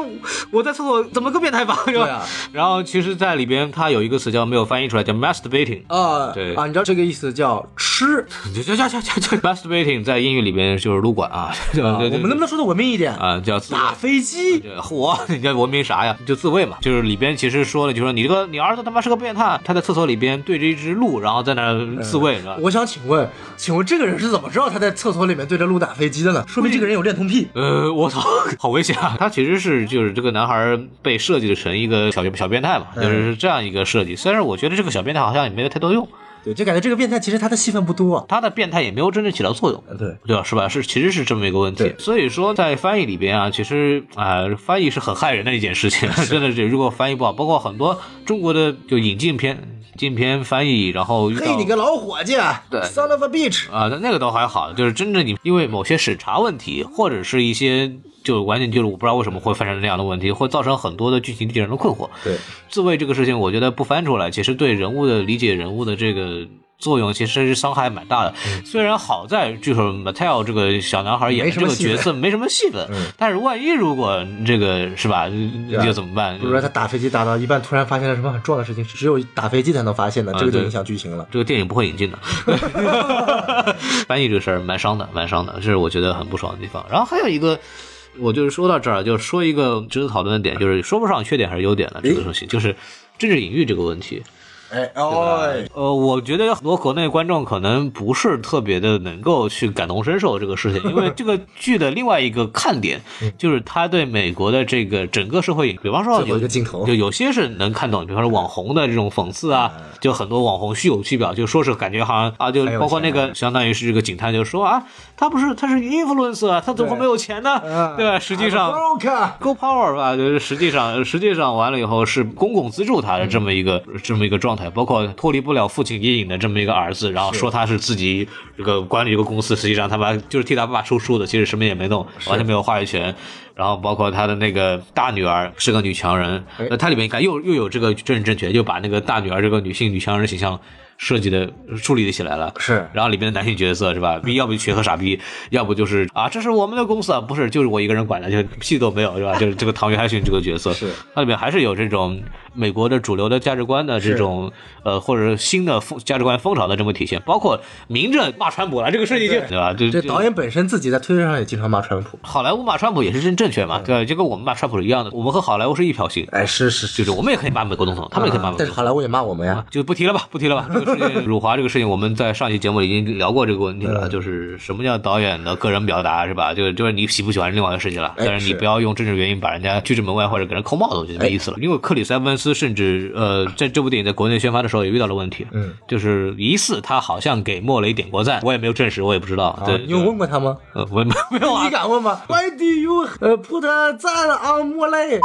[SPEAKER 2] 我在厕所怎么个变态法？对
[SPEAKER 1] 啊
[SPEAKER 2] 然后其实，在里边它有一个词叫没有翻译出来，叫 masturbating。
[SPEAKER 1] 啊，
[SPEAKER 2] 对
[SPEAKER 1] 啊，你知道这个意思叫吃。
[SPEAKER 2] 就就就就就就 masturbating 在英语里边就是撸管啊，就
[SPEAKER 1] 啊我
[SPEAKER 2] 就
[SPEAKER 1] 们能不能说的文明一点？
[SPEAKER 2] 啊叫自
[SPEAKER 1] 打飞机。
[SPEAKER 2] 这嚯，你这文明啥呀？就自卫嘛，就是里边其实说了，就说你这个你儿子他妈是个变态，他在厕所里边对着一只鹿，然后在那
[SPEAKER 1] 嗯
[SPEAKER 2] 儿自卫，是吧？
[SPEAKER 1] 我想请问，请问这个人是怎么知道他在厕所里面对着路打飞机的呢？说明这个人有恋童癖。
[SPEAKER 2] 呃，我操，好危险啊！他其实是就是这个男孩被设计成一个小小变态嘛，就是这样一个设计。虽然我觉得这个小变态好像也没有太多用，
[SPEAKER 1] 对，就感觉这个变态其实他的戏份不多。
[SPEAKER 2] 他的变态也没有真正起到作用。
[SPEAKER 1] 对，
[SPEAKER 2] 对吧？是吧？是，其实是这么一个问题
[SPEAKER 1] 对。
[SPEAKER 2] 所以说，在翻译里边啊，其实啊、呃翻译是很害人的一件事情，真的是。如果翻译不好，包括很多中国的就引进片、引进片翻译，然后遇到
[SPEAKER 1] 嘿，你个老伙计啊
[SPEAKER 2] 对
[SPEAKER 1] ，son of a bitch。
[SPEAKER 2] 啊，那那个倒还好，就是真正你因为某些审查问题，或者是一些就完全就是我不知道为什么会发生那样的问题，会造成很多的剧情理解人的困惑。
[SPEAKER 1] 对，
[SPEAKER 2] 自卫这个事情，我觉得不翻出来，其实对人物的理解、人物的这个作用，其实是伤害蛮大的。虽然好在就是 Mattel 这个小男孩演的这个角色嗯没什么戏份，嗯但是万一如果这个是吧，
[SPEAKER 1] 啊
[SPEAKER 2] 又怎么办？
[SPEAKER 1] 比如说他打飞机打到一半，突然发现了什么很重要的事情，只有打飞机才能发现的，这个就
[SPEAKER 2] 啊对
[SPEAKER 1] 影响剧情了。
[SPEAKER 2] 这个电影不会引 进的。翻译这个事儿蛮伤的，蛮伤的，这是我觉得很不爽的地方。然后还有一个，我就是说到这儿，啊就是说一个值得讨论的点，就是说不上缺点还是优点了。这个东西就是政治隐喻这个问题。
[SPEAKER 1] 哎，哦，
[SPEAKER 2] 呃，我觉得有很多国内观众可能不是特别的能够去感同身受这个事情，因为这个剧的另外一个 看点就是他对美国的这个整个社会，比方
[SPEAKER 1] 嗯
[SPEAKER 2] 说
[SPEAKER 1] 最后
[SPEAKER 2] 哦有
[SPEAKER 1] 一个镜头嗯
[SPEAKER 2] 就有些是能看懂，比方说网红的这种讽刺啊，就很多网红虚有其表，就说是感觉好像啊，就
[SPEAKER 1] 很有
[SPEAKER 2] 包括
[SPEAKER 1] 钱
[SPEAKER 2] 那个相当于是这个警探就说啊，他不是他是 influencer，啊他怎么会没有钱
[SPEAKER 1] 嗯
[SPEAKER 2] 呢？对吧？实际
[SPEAKER 1] 啊
[SPEAKER 2] 上
[SPEAKER 1] broke，
[SPEAKER 2] Go Power 吧，就是实际上实际上完了以后是公共资助他的这么一个、这么一个状态，包括脱离不了父亲阴影的这么一个儿子，然后说他是自己这个管理一个公司，实际上他妈就是替他爸出书的，其实什么也没弄，完全没有话语权。然后包括他的那个大女儿是个女强人，那、它里面你看又又有这个政治正确，又把那个大女儿这个女性女强人形象设计的处理的起来了。
[SPEAKER 1] 是
[SPEAKER 2] 然后里面的男性角色是吧？要不就学和傻逼，要不就是啊，这是我们的公司啊，不是，就是我一个人管的，就屁都没有是吧？就是这个唐·约翰逊这个角色，
[SPEAKER 1] 是
[SPEAKER 2] 它里面还是有这种美国的主流的价值观的这种呃，或者是新的风价值观风潮的这么体现，包括明着骂川普了这个事情就对吧？就
[SPEAKER 1] 这
[SPEAKER 2] 就
[SPEAKER 1] 导演本身自己在推特上也经常骂川普，
[SPEAKER 2] 好莱坞骂川普也是正正确嘛，对吧？就跟我们骂川普是一样的，我们和好莱坞是一瓢心，
[SPEAKER 1] 哎，是是，
[SPEAKER 2] 就是啊是我们也可以骂美国总统，他们也可以骂
[SPEAKER 1] 啊
[SPEAKER 2] 美国
[SPEAKER 1] 但
[SPEAKER 2] 总
[SPEAKER 1] 是
[SPEAKER 2] 统。
[SPEAKER 1] 好莱坞也骂我们呀，
[SPEAKER 2] 就不提了吧，不提 了吧。这个事情，辱华这个事情，我们在上期节目里已经聊过这个问题了，就是什么叫导演的个人表达是吧？就是就是你喜不喜欢是另外的事情了，
[SPEAKER 1] 哎
[SPEAKER 2] 但是你
[SPEAKER 1] 是哎
[SPEAKER 2] 不要用政治原因把人家拒之门外或者给人扣帽子，我觉得没意思了。因为克里斯·埃文斯甚至呃，在这部电影在国内宣发的时候也遇到了问题，
[SPEAKER 1] 嗯，
[SPEAKER 2] 就是疑似他好像给莫雷点过赞，我也没有证实，我也不知道。
[SPEAKER 1] 啊
[SPEAKER 2] 对，
[SPEAKER 1] 你有问过他吗？
[SPEAKER 2] 呃，我也没没有啊
[SPEAKER 1] 你，敢问吗？Why do you 呃 put a 赞 on 莫雷？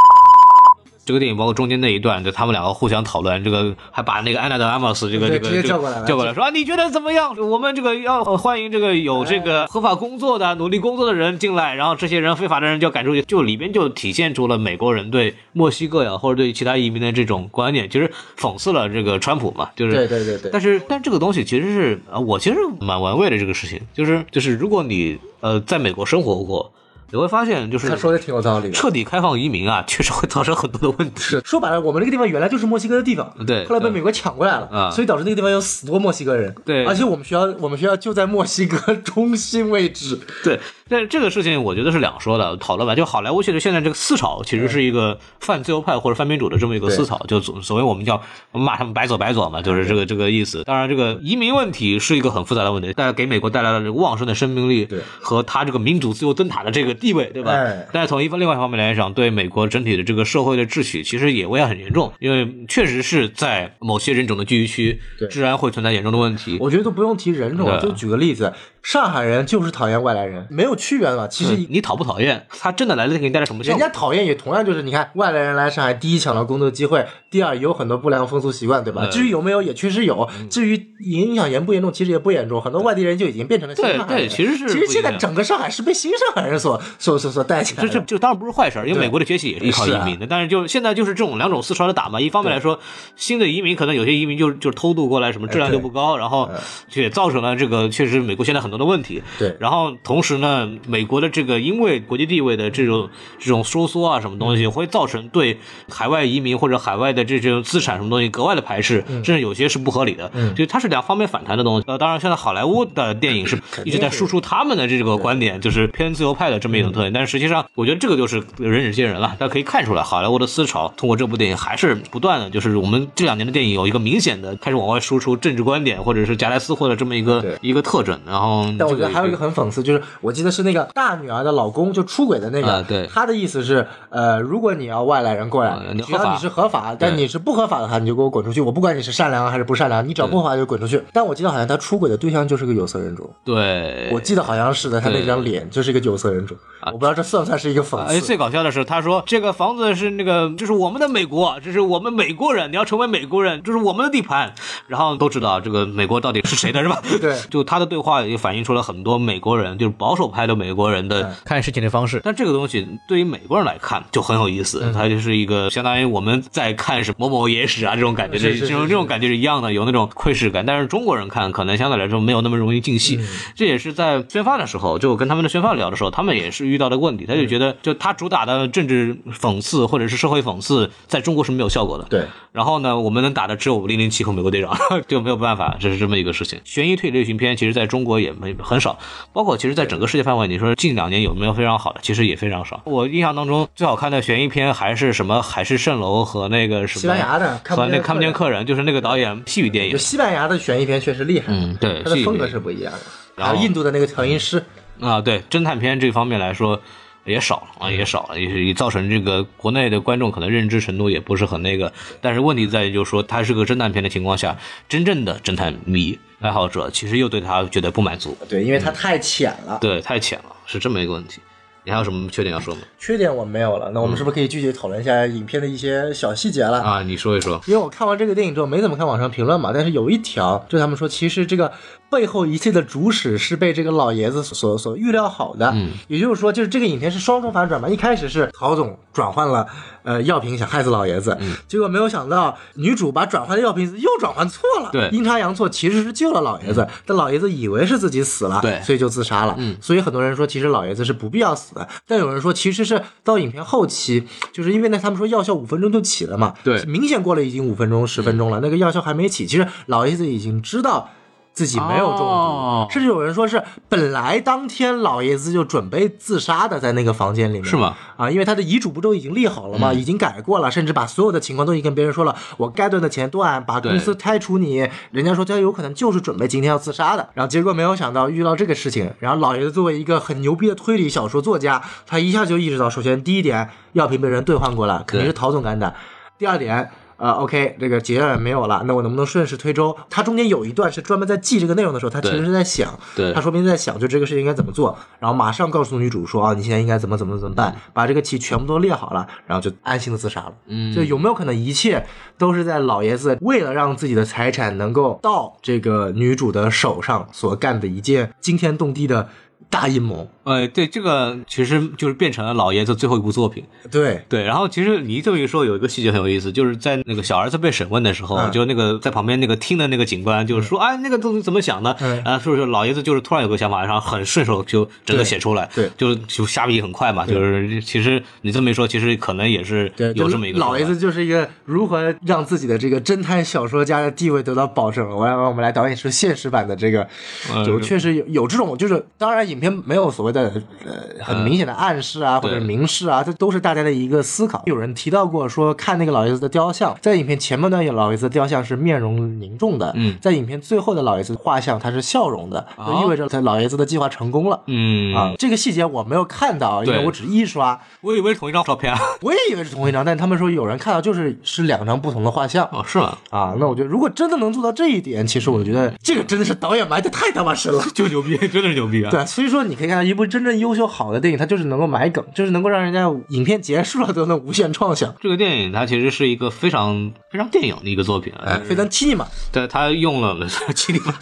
[SPEAKER 2] 这个电影包括中间那一段，就他们两个互相讨论，这个还把那个安娜德阿莫斯这个这
[SPEAKER 1] 对
[SPEAKER 2] 个
[SPEAKER 1] 直接
[SPEAKER 2] 这个
[SPEAKER 1] 叫过来了
[SPEAKER 2] 叫过来说啊，你觉得怎么样？我们这个要呃欢迎这个有这
[SPEAKER 1] 哎
[SPEAKER 2] 个合法工作的、努力工作的人进来，然后这些人非法的人就要赶出去，就里边就体现出了美国人对墨西哥呀或者对其他移民的这种观念，其实讽刺了这个川普嘛，就是
[SPEAKER 1] 对对对对
[SPEAKER 2] 但是，但这个东西其实是啊，我其实蛮玩味的这个事情，就是就是如果你呃在美国生活过，你会发现就是
[SPEAKER 1] 他说的挺有道理的。
[SPEAKER 2] 彻底开放移民啊，确实会造 成很多的问题。
[SPEAKER 1] 是说白了，我们那个地方原来就是墨西哥的地方，
[SPEAKER 2] 对
[SPEAKER 1] 后来被
[SPEAKER 2] 嗯
[SPEAKER 1] 美国抢过来了，
[SPEAKER 2] 啊
[SPEAKER 1] 所以导致那个地方有死多墨西哥人，
[SPEAKER 2] 对
[SPEAKER 1] 而且我们学校我们学校就在墨西哥 中心位置，
[SPEAKER 2] 对，但是这个事情我觉得是两说的，讨论吧。就好莱坞现在现在这个思潮，其实是一个泛自由派或者泛民主的这么一个思潮，就所所谓我们叫骂他们白左白左嘛，就是这个这个意思。当然，这个移民问题是一个很复杂的问题，但给美国带来了这个旺盛的生命力
[SPEAKER 1] 对
[SPEAKER 2] 和它这个民主自由灯塔的这个地位，对吧？
[SPEAKER 1] 哎
[SPEAKER 2] 但是从一方另外一方面来讲，对美国整体的这个社会的秩序其实也危害很严重，因为确实是在某些人种的聚居区，
[SPEAKER 1] 对
[SPEAKER 2] 治安会存在严重的问题。
[SPEAKER 1] 我觉得都不用提人种，
[SPEAKER 2] 对
[SPEAKER 1] 就举个例子，上海人就是讨厌外来人，没有区别嘛，其实。
[SPEAKER 2] 你讨不讨厌？他真的来了给你带来什么效
[SPEAKER 1] 人
[SPEAKER 2] 果？
[SPEAKER 1] 家讨厌也同样就是，你看外来人来上海，第一抢到工作机会，第二有很多不良风俗习惯，对吧？至于有没有，也确实有；
[SPEAKER 2] 嗯
[SPEAKER 1] 至于影响严不严重，其实也不严重。很多外地人就已经变成了新
[SPEAKER 2] 对
[SPEAKER 1] 上海人
[SPEAKER 2] 对其实是
[SPEAKER 1] 其
[SPEAKER 2] 不
[SPEAKER 1] 实
[SPEAKER 2] 一
[SPEAKER 1] 现在
[SPEAKER 2] 样
[SPEAKER 1] 整个上海是被新上海人所所所所带起来
[SPEAKER 2] 这
[SPEAKER 1] 的。
[SPEAKER 2] 这这当然不是坏事儿，因为美国的崛起也是依靠移民的。但是就现在就是这种两种思潮的打嘛，一方面来说，新的移民可能有些移民就就是偷渡过来，什么质量就不高，然后也造成了这个确实美国现在很多的问题。
[SPEAKER 1] 对
[SPEAKER 2] 然后同时呢，美国的这个因为国际地位的这种这种收缩啊，什么东西
[SPEAKER 1] 嗯
[SPEAKER 2] 会造成对海外移民或者海外的这种资产什么东西格外的排斥，
[SPEAKER 1] 嗯
[SPEAKER 2] 甚至有些是不合理的。所以它是两方面反弹的东西。呃，当然现在好莱坞
[SPEAKER 1] 嗯
[SPEAKER 2] 的电影是一直在输出他们的这个观点，就是偏自由派的这么一种
[SPEAKER 1] 嗯
[SPEAKER 2] 特点。但是实际上，我觉得这个就是仁者见仁了。大家可以看出来，好莱坞的思潮通过这部电影还是不断的，就是我们这两年的电影有一个明显的开始往外输出政治观点或者是夹带私货的这么一个
[SPEAKER 1] 对
[SPEAKER 2] 一个特征。然后，
[SPEAKER 1] 但我觉得还有一个很讽刺，就是我记得是那个大女儿的老公就出轨的那个，
[SPEAKER 2] 啊对
[SPEAKER 1] 他的意思是，呃，如果你要外来人过来，
[SPEAKER 2] 嗯你
[SPEAKER 1] 只
[SPEAKER 2] 合法
[SPEAKER 1] 要你是合法，但你是不合法的话，你就给我滚出去，我不管你是善良还是不善良，你只要不合法就滚出去。但我记得好像他出轨的对象就是个有色人种，
[SPEAKER 2] 对，啊
[SPEAKER 1] 我记得好像是的，他那张脸就是一个有色人种，我不知道这算不算是一个讽
[SPEAKER 2] 哎，
[SPEAKER 1] 刺。
[SPEAKER 2] 最搞笑的是，他说这个房子是那个，这是我们的美国，这是我们美国人，你要成为美国人，这是我们的地盘。然后都知道这个美国到底是谁的，是吧？
[SPEAKER 1] 对
[SPEAKER 2] 就他的对话也反映出了很多美国人，就是保守派的美国人的看事情的方式。但这个东西对于美国人来看就很有意
[SPEAKER 1] 嗯
[SPEAKER 2] 思，它就是一个相当于我们在看是某某野史啊这种感觉，这
[SPEAKER 1] 是是
[SPEAKER 2] 这
[SPEAKER 1] 是
[SPEAKER 2] 种
[SPEAKER 1] 是
[SPEAKER 2] 这种感觉是一样的，有那种窥视感。但是中国人看可能相对来说没有那么容易进戏，
[SPEAKER 1] 嗯
[SPEAKER 2] 这也是在宣发的时候，就跟他们的宣发聊的时候，他们也是遇到的问题。他
[SPEAKER 1] 嗯
[SPEAKER 2] 就觉得，就他主打的政治讽刺或者是社会讽刺，在中国是没有效果的。
[SPEAKER 1] 对，
[SPEAKER 2] 然后呢，我们能打的只有零零七和美国队长， 就没有办法，这是这么一个事情。悬疑推理类型片其实在中国也没很少，包括其实在整个世界范围，你说近两年有没有非常好的，其实也非常少。我印象当中最好看的悬疑片还是什么《海市蜃楼》和那个什么
[SPEAKER 1] 西班牙的看不
[SPEAKER 2] 和
[SPEAKER 1] 见
[SPEAKER 2] 那
[SPEAKER 1] 的
[SPEAKER 2] 看不见客人，就是那个导演西语电影
[SPEAKER 1] 就。西班牙的悬疑片确实厉害，
[SPEAKER 2] 嗯对
[SPEAKER 1] 他的
[SPEAKER 2] 是
[SPEAKER 1] 风格是不一样的。
[SPEAKER 2] 然后
[SPEAKER 1] 还有印度的那个调音师，
[SPEAKER 2] 啊，对，侦探片这方面来说也少了啊，
[SPEAKER 1] 嗯
[SPEAKER 2] 也少了，也是也造成这个国内的观众可能认知程度也不是很那个。但是问题在于，就是说它是个侦探片的情况下，真正的侦探迷爱好者其实又对它觉得不满足，
[SPEAKER 1] 对，因为他太浅了。
[SPEAKER 2] 对，太浅了，是这么一个问题。你还有什么缺点要说吗？
[SPEAKER 1] 缺点我没有了，那
[SPEAKER 2] 嗯
[SPEAKER 1] 我们是不是可以具体讨论一下影片的一些小细节了？
[SPEAKER 2] 啊，你说一说。
[SPEAKER 1] 因为我看完这个电影之后没怎么看网上评论嘛，但是有一条，就他们说，其实这个背后一切的主使是被这个老爷子所所预料好的。嗯，也就是说，就是这个影片是双重反转嘛，一开始是陶总转换了呃药瓶想害死老爷子，
[SPEAKER 2] 嗯
[SPEAKER 1] 结果没有想到女主把转换的药瓶又转换错了，
[SPEAKER 2] 对嗯
[SPEAKER 1] 阴差阳错其实是救了老爷子，但老爷子以为是自己死了，
[SPEAKER 2] 对
[SPEAKER 1] 所以就自杀了。嗯，所以很多人说其实老爷子是不必要死的，但有人说其实是到影片后期，就是因为呢他们说药效五分钟就起了嘛，
[SPEAKER 2] 对嗯
[SPEAKER 1] 明显过了已经五分钟、十分钟了，那个药效还没起。其实老爷子已经知道自己没有中毒，
[SPEAKER 2] 哦
[SPEAKER 1] 甚至有人说是本来当天老爷子就准备自杀的，在那个房间里面
[SPEAKER 2] 是吗？
[SPEAKER 1] 啊，因为他的遗嘱不都已经立好了吗？已经改过了，甚至把所有的情况都已经跟别人说了，我该断的钱断，把公司开除你。人家说他有可能就是准备今天要自杀的，然后结果没有想到遇到这个事情，然后老爷子作为一个很牛逼的推理小说作家，他一下就意识到，首先第一点，药品被人兑换过来，肯定是陶总干的。第二点。呃，OK，这个结也没有了，那我能不能顺势推舟？他中间有一段是专门在记这个内容的时候，他其
[SPEAKER 2] 对
[SPEAKER 1] 实是在想，
[SPEAKER 2] 对
[SPEAKER 1] 他说不定在想，就这个事情应该怎么做，然后马上告诉女主说啊，你现在应该怎么怎么怎么办，把这个棋全部都列好了，然后就安心的自杀了。嗯，就有没有可能一切都是在老爷子为了让自己的财产能够到这个女主的手上所干的一件惊天动地的大阴谋？
[SPEAKER 2] 呃，对，这个其实就是变成了老爷子最后一部作品。
[SPEAKER 1] 对，
[SPEAKER 2] 对，然后其实你这么一说，有一个细节很有意思，就是在那个小儿子被审问的时候，
[SPEAKER 1] 嗯
[SPEAKER 2] 就那个在旁边那个听的那个警官就是说，哎，那个东西怎么想呢？
[SPEAKER 1] 嗯
[SPEAKER 2] 然后说是老爷子就是突然有个想法，然后很顺手就整个
[SPEAKER 1] 对
[SPEAKER 2] 写出来，
[SPEAKER 1] 对
[SPEAKER 2] 就就下笔很快嘛，就是其实你这么一说，其实可能也是
[SPEAKER 1] 对，
[SPEAKER 2] 有
[SPEAKER 1] 就
[SPEAKER 2] 这么一个
[SPEAKER 1] 老爷
[SPEAKER 2] 想法
[SPEAKER 1] 子就是一个如何让自己的这个侦探小说家的地位得到保证。我来，我们来导演说现实版的这个，
[SPEAKER 2] 嗯
[SPEAKER 1] 就确实有有这种，就是当然影片没有所谓的呃
[SPEAKER 2] 嗯
[SPEAKER 1] 很明显的暗示啊，或者明示啊，这都是大家的一个思考。有人提到过说看那个老爷子的雕像，在影片前半段有老爷子的雕像是面容凝重的，
[SPEAKER 2] 嗯
[SPEAKER 1] 在影片最后的老爷子画像他是笑容的，
[SPEAKER 2] 哦
[SPEAKER 1] 就意味着他老爷子的计划成功了。
[SPEAKER 2] 嗯
[SPEAKER 1] 啊，这个细节我没有看到，因为
[SPEAKER 2] 对
[SPEAKER 1] 我只一刷，
[SPEAKER 2] 我以为是同一张照片啊，
[SPEAKER 1] 我也以为是同一张，但他们说有人看到就是是两张不同的画像
[SPEAKER 2] 哦，是吗？
[SPEAKER 1] 啊。那我觉得如果真的能做到这一点，其实我觉得这个真的是导演埋的太他妈深了。
[SPEAKER 2] 就牛逼，真的是牛逼啊！
[SPEAKER 1] 对，所以说你可以看到一部真正优秀好的电影，它就是能够埋梗，就是能够让人家影片结束了都能无限创想，
[SPEAKER 2] 这个电影它其实是一个非常非常电影的一个作品啊，
[SPEAKER 1] 哎，非常 cinema 嘛。
[SPEAKER 2] 对，他用了 基里曼，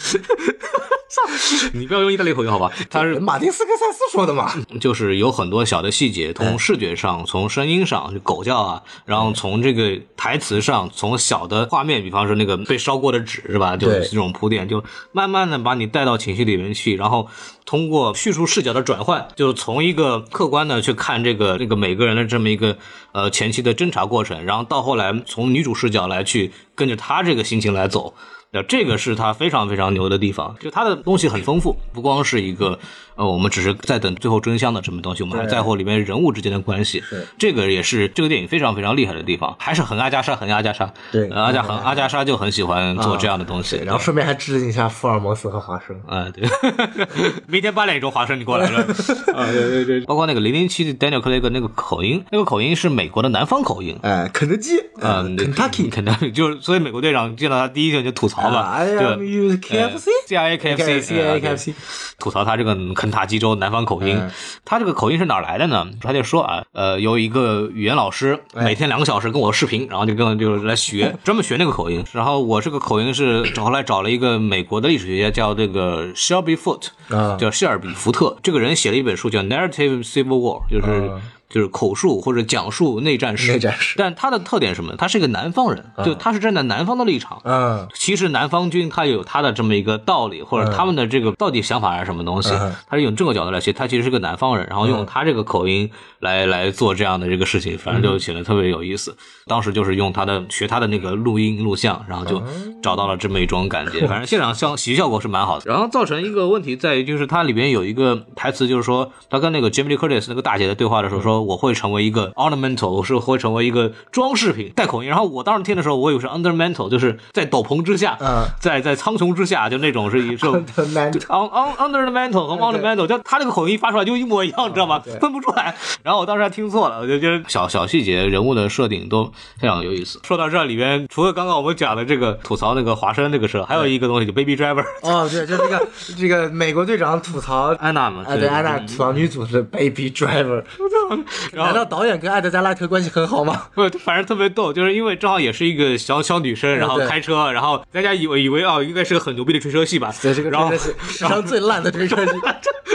[SPEAKER 2] 你不要用意大利口音好吧？他是
[SPEAKER 1] 马丁斯科塞斯说的嘛，
[SPEAKER 2] 就是有很多小的细节，从视觉上，从声音上，就狗叫啊，然后从这个台词上，从小的画面，比方说那个被烧过的纸是吧？就是
[SPEAKER 1] 对
[SPEAKER 2] 这种铺垫，就慢慢的把你带到情绪里面去，然后通过叙述视角的转换，就是从一个客观的去看这个这个每个人的这么一个呃前期的侦查过程，然后到后来从女主视角来去跟着她这个心情来走。那这个是他非常非常牛的地方，就他的东西很丰富，不光是一个呃，我们只是在等最后真相的这么东西，我们还在乎里面人物之间的关系。这个也是这个电影非常非常厉害的地方，还是很阿加莎，很阿加莎。
[SPEAKER 1] 对
[SPEAKER 2] 呃阿加很阿加莎就很喜欢做这样的东西。
[SPEAKER 1] 然后顺便还致敬一下福尔摩斯和华生。
[SPEAKER 2] 啊，对， 明天八点钟华生你过来了。 啊，对对对，包括那个零零七 Daniel Craig 那个口音，那个口音是美国的南方口音。
[SPEAKER 1] 哎，肯德基，
[SPEAKER 2] 嗯
[SPEAKER 1] ，Kentucky，
[SPEAKER 2] 肯德基就是，所以美国队长见到他第一个就吐槽嘛，
[SPEAKER 1] 哎呀
[SPEAKER 2] 就
[SPEAKER 1] ，you KFC，
[SPEAKER 2] C I A K F C
[SPEAKER 1] KFC
[SPEAKER 2] 呃
[SPEAKER 1] KFC
[SPEAKER 2] 吐槽他这个肯塔基州南方口音
[SPEAKER 1] 嗯，
[SPEAKER 2] 他这个口音是哪儿来的呢？他就说啊，呃，有一个语言老师
[SPEAKER 1] 哎
[SPEAKER 2] 每天两个小时跟我视频，然后就跟我就是来学，专门学那个口音。然后我这个口音是后来找了一个美国的历史学家叫这个 Shelby Foot，
[SPEAKER 1] 啊
[SPEAKER 2] 叫谢尔比·福特，这个人写了一本书叫《Narrative Civil War》，就是。就是口述或者讲述内战史，
[SPEAKER 1] 啊内战史啊
[SPEAKER 2] 但他的特点是什么？他是一个南方人，就他是站在南方的立场，
[SPEAKER 1] 嗯，
[SPEAKER 2] 其实南方军他有他的这么一个道理，或者他们的这个到底想法是什么东西，他是用这个角度来写，他其实是个南方人，然后用他这个口音来来做这样的这个事情，反正就显得特别有意思。当时就是用他的学他的那个录音录像，然后就找到了这么一种感觉，反正现场效喜剧效果是蛮好的。然后造成一个问题在于，就是它里边有一个台词，就是说他跟那个 Jamie Lee Curtis 那个大姐在对话的时候说，我会成为一个 ornamental，我是会成为一个装饰品，带口音。然后我当时听的时候，我以为是 undermantle，就是在斗篷之下，
[SPEAKER 1] 嗯
[SPEAKER 2] 在在苍穹之下，就那种是一是
[SPEAKER 1] Undermantle
[SPEAKER 2] on on under the mantle 和 on the mantle，就他这个口音一发出来就一模一样，你知道吗
[SPEAKER 1] 对？
[SPEAKER 2] 分不出来。然后我当时还听错了，我就觉得小小细节、人物的设定都非常有意思。说到这儿里边，除了刚刚我们讲的这个吐槽那个华生这个事儿，还有一个东西就 Baby Driver
[SPEAKER 1] 哦，对，就这个这个美国队长吐槽。
[SPEAKER 2] 安娜嘛，
[SPEAKER 1] 啊，对，安娜吐槽女主是 Baby Driver，
[SPEAKER 2] 然后
[SPEAKER 1] 难道导演跟艾德加拉特关系很好吗？
[SPEAKER 2] 不，反正特别逗，就是因为正好也是一个小小女生，然后
[SPEAKER 1] 对
[SPEAKER 2] 开车，然后大家以为以为哦，应该是个很牛逼的追车戏吧，
[SPEAKER 1] 对，这个
[SPEAKER 2] 然后
[SPEAKER 1] 真的是史上最烂的追车戏，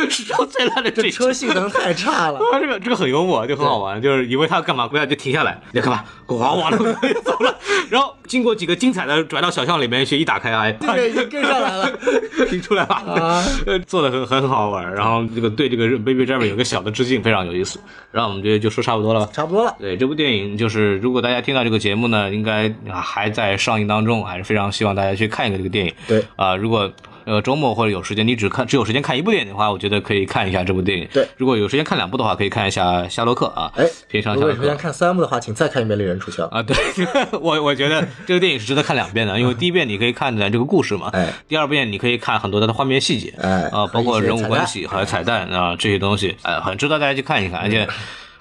[SPEAKER 2] 史上最烂的
[SPEAKER 1] 这
[SPEAKER 2] 追
[SPEAKER 1] 车
[SPEAKER 2] 车。
[SPEAKER 1] 性能太差了。
[SPEAKER 2] 啊，这个这个很幽默，就很好玩，就是以为他要干嘛，不要就停下来，你要干嘛？哇哇的走了，然后经过几个精彩的转到小巷里面去，一打开哎，
[SPEAKER 1] 这个已经跟上来了，
[SPEAKER 2] 停出来吧，呃做的很很好玩，然后这个对这个 Baby Driver 有个小的致敬，非常有意思。然后我们觉得就说差不多了吧。
[SPEAKER 1] 差不多了。
[SPEAKER 2] 对这部电影，就是如果大家听到这个节目呢，应该啊还在上映当中，还是非常希望大家去看一个这个电影。
[SPEAKER 1] 对
[SPEAKER 2] 啊、如果呃周末或者有时间，你只看只有时间看一部电影的话，我觉得可以看一下这部电影。
[SPEAKER 1] 对，
[SPEAKER 2] 如果有时间看两部的话，可以看一下《夏洛克》啊，
[SPEAKER 1] 哎，
[SPEAKER 2] 平常
[SPEAKER 1] 如
[SPEAKER 2] 夏
[SPEAKER 1] 果有
[SPEAKER 2] 洛
[SPEAKER 1] 时间
[SPEAKER 2] 克。
[SPEAKER 1] 看三部的话，请再看一遍《绿人出鞘》。
[SPEAKER 2] 啊，对， 我我觉得这个电影是值得看两遍的，因为第一遍你可以看出来这个故事嘛，
[SPEAKER 1] 哎
[SPEAKER 2] 第二遍你可以看很多它的画面细节，
[SPEAKER 1] 哎
[SPEAKER 2] 啊、包括
[SPEAKER 1] 和一些
[SPEAKER 2] 人物
[SPEAKER 1] 彩蛋
[SPEAKER 2] 关系和彩蛋啊、这些东西，呃，很值得大家去看一看。而
[SPEAKER 1] 嗯
[SPEAKER 2] 且，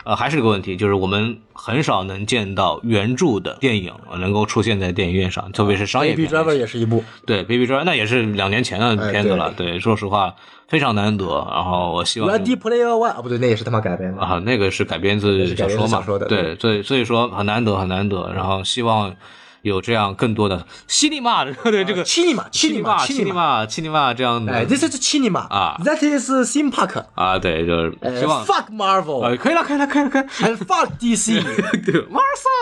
[SPEAKER 2] 呃，还是个问题，就是我们很少能见到原著的电影能够出现在电影院上，特别是商业片
[SPEAKER 1] Baby
[SPEAKER 2] 来说。
[SPEAKER 1] Driver 也是一部，
[SPEAKER 2] 对《Baby Driver》那也是两年前的片子了，
[SPEAKER 1] 哎
[SPEAKER 2] 对说实话非常难得。然后我希望
[SPEAKER 1] Ready Player One 啊，不对，那也是他妈改编的。
[SPEAKER 2] 啊，那个是改编自
[SPEAKER 1] 是改
[SPEAKER 2] 小说
[SPEAKER 1] 编自
[SPEAKER 2] 嘛，
[SPEAKER 1] 小说的嗯
[SPEAKER 2] 对，所以所以说很难得很难得。然后希望有这样更多的西尼玛的 对这个
[SPEAKER 1] 啊七尼玛，七尼玛，
[SPEAKER 2] 西
[SPEAKER 1] 七
[SPEAKER 2] 尼
[SPEAKER 1] 尼玛，
[SPEAKER 2] 玛西尼玛这样
[SPEAKER 1] 哎
[SPEAKER 2] 的
[SPEAKER 1] ，This is 七尼玛
[SPEAKER 2] 啊
[SPEAKER 1] ，That is Theme Park，
[SPEAKER 2] 啊，对，就是
[SPEAKER 1] 呃
[SPEAKER 2] 希望
[SPEAKER 1] ，Fuck Marvel
[SPEAKER 2] 呃，可以了，可以了，可以了，可以了。
[SPEAKER 1] and Fuck DC，
[SPEAKER 2] 对，马尔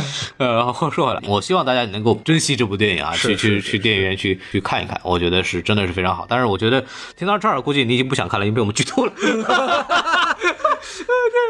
[SPEAKER 2] 萨。 呃，话说回来，我希望大家能够珍惜这部电影啊，
[SPEAKER 1] 是
[SPEAKER 2] 去去去电影院去去看一看，我觉得是真的是非常好。但是我觉得听到这儿，估计你已经不想看了，因为被我们剧透了。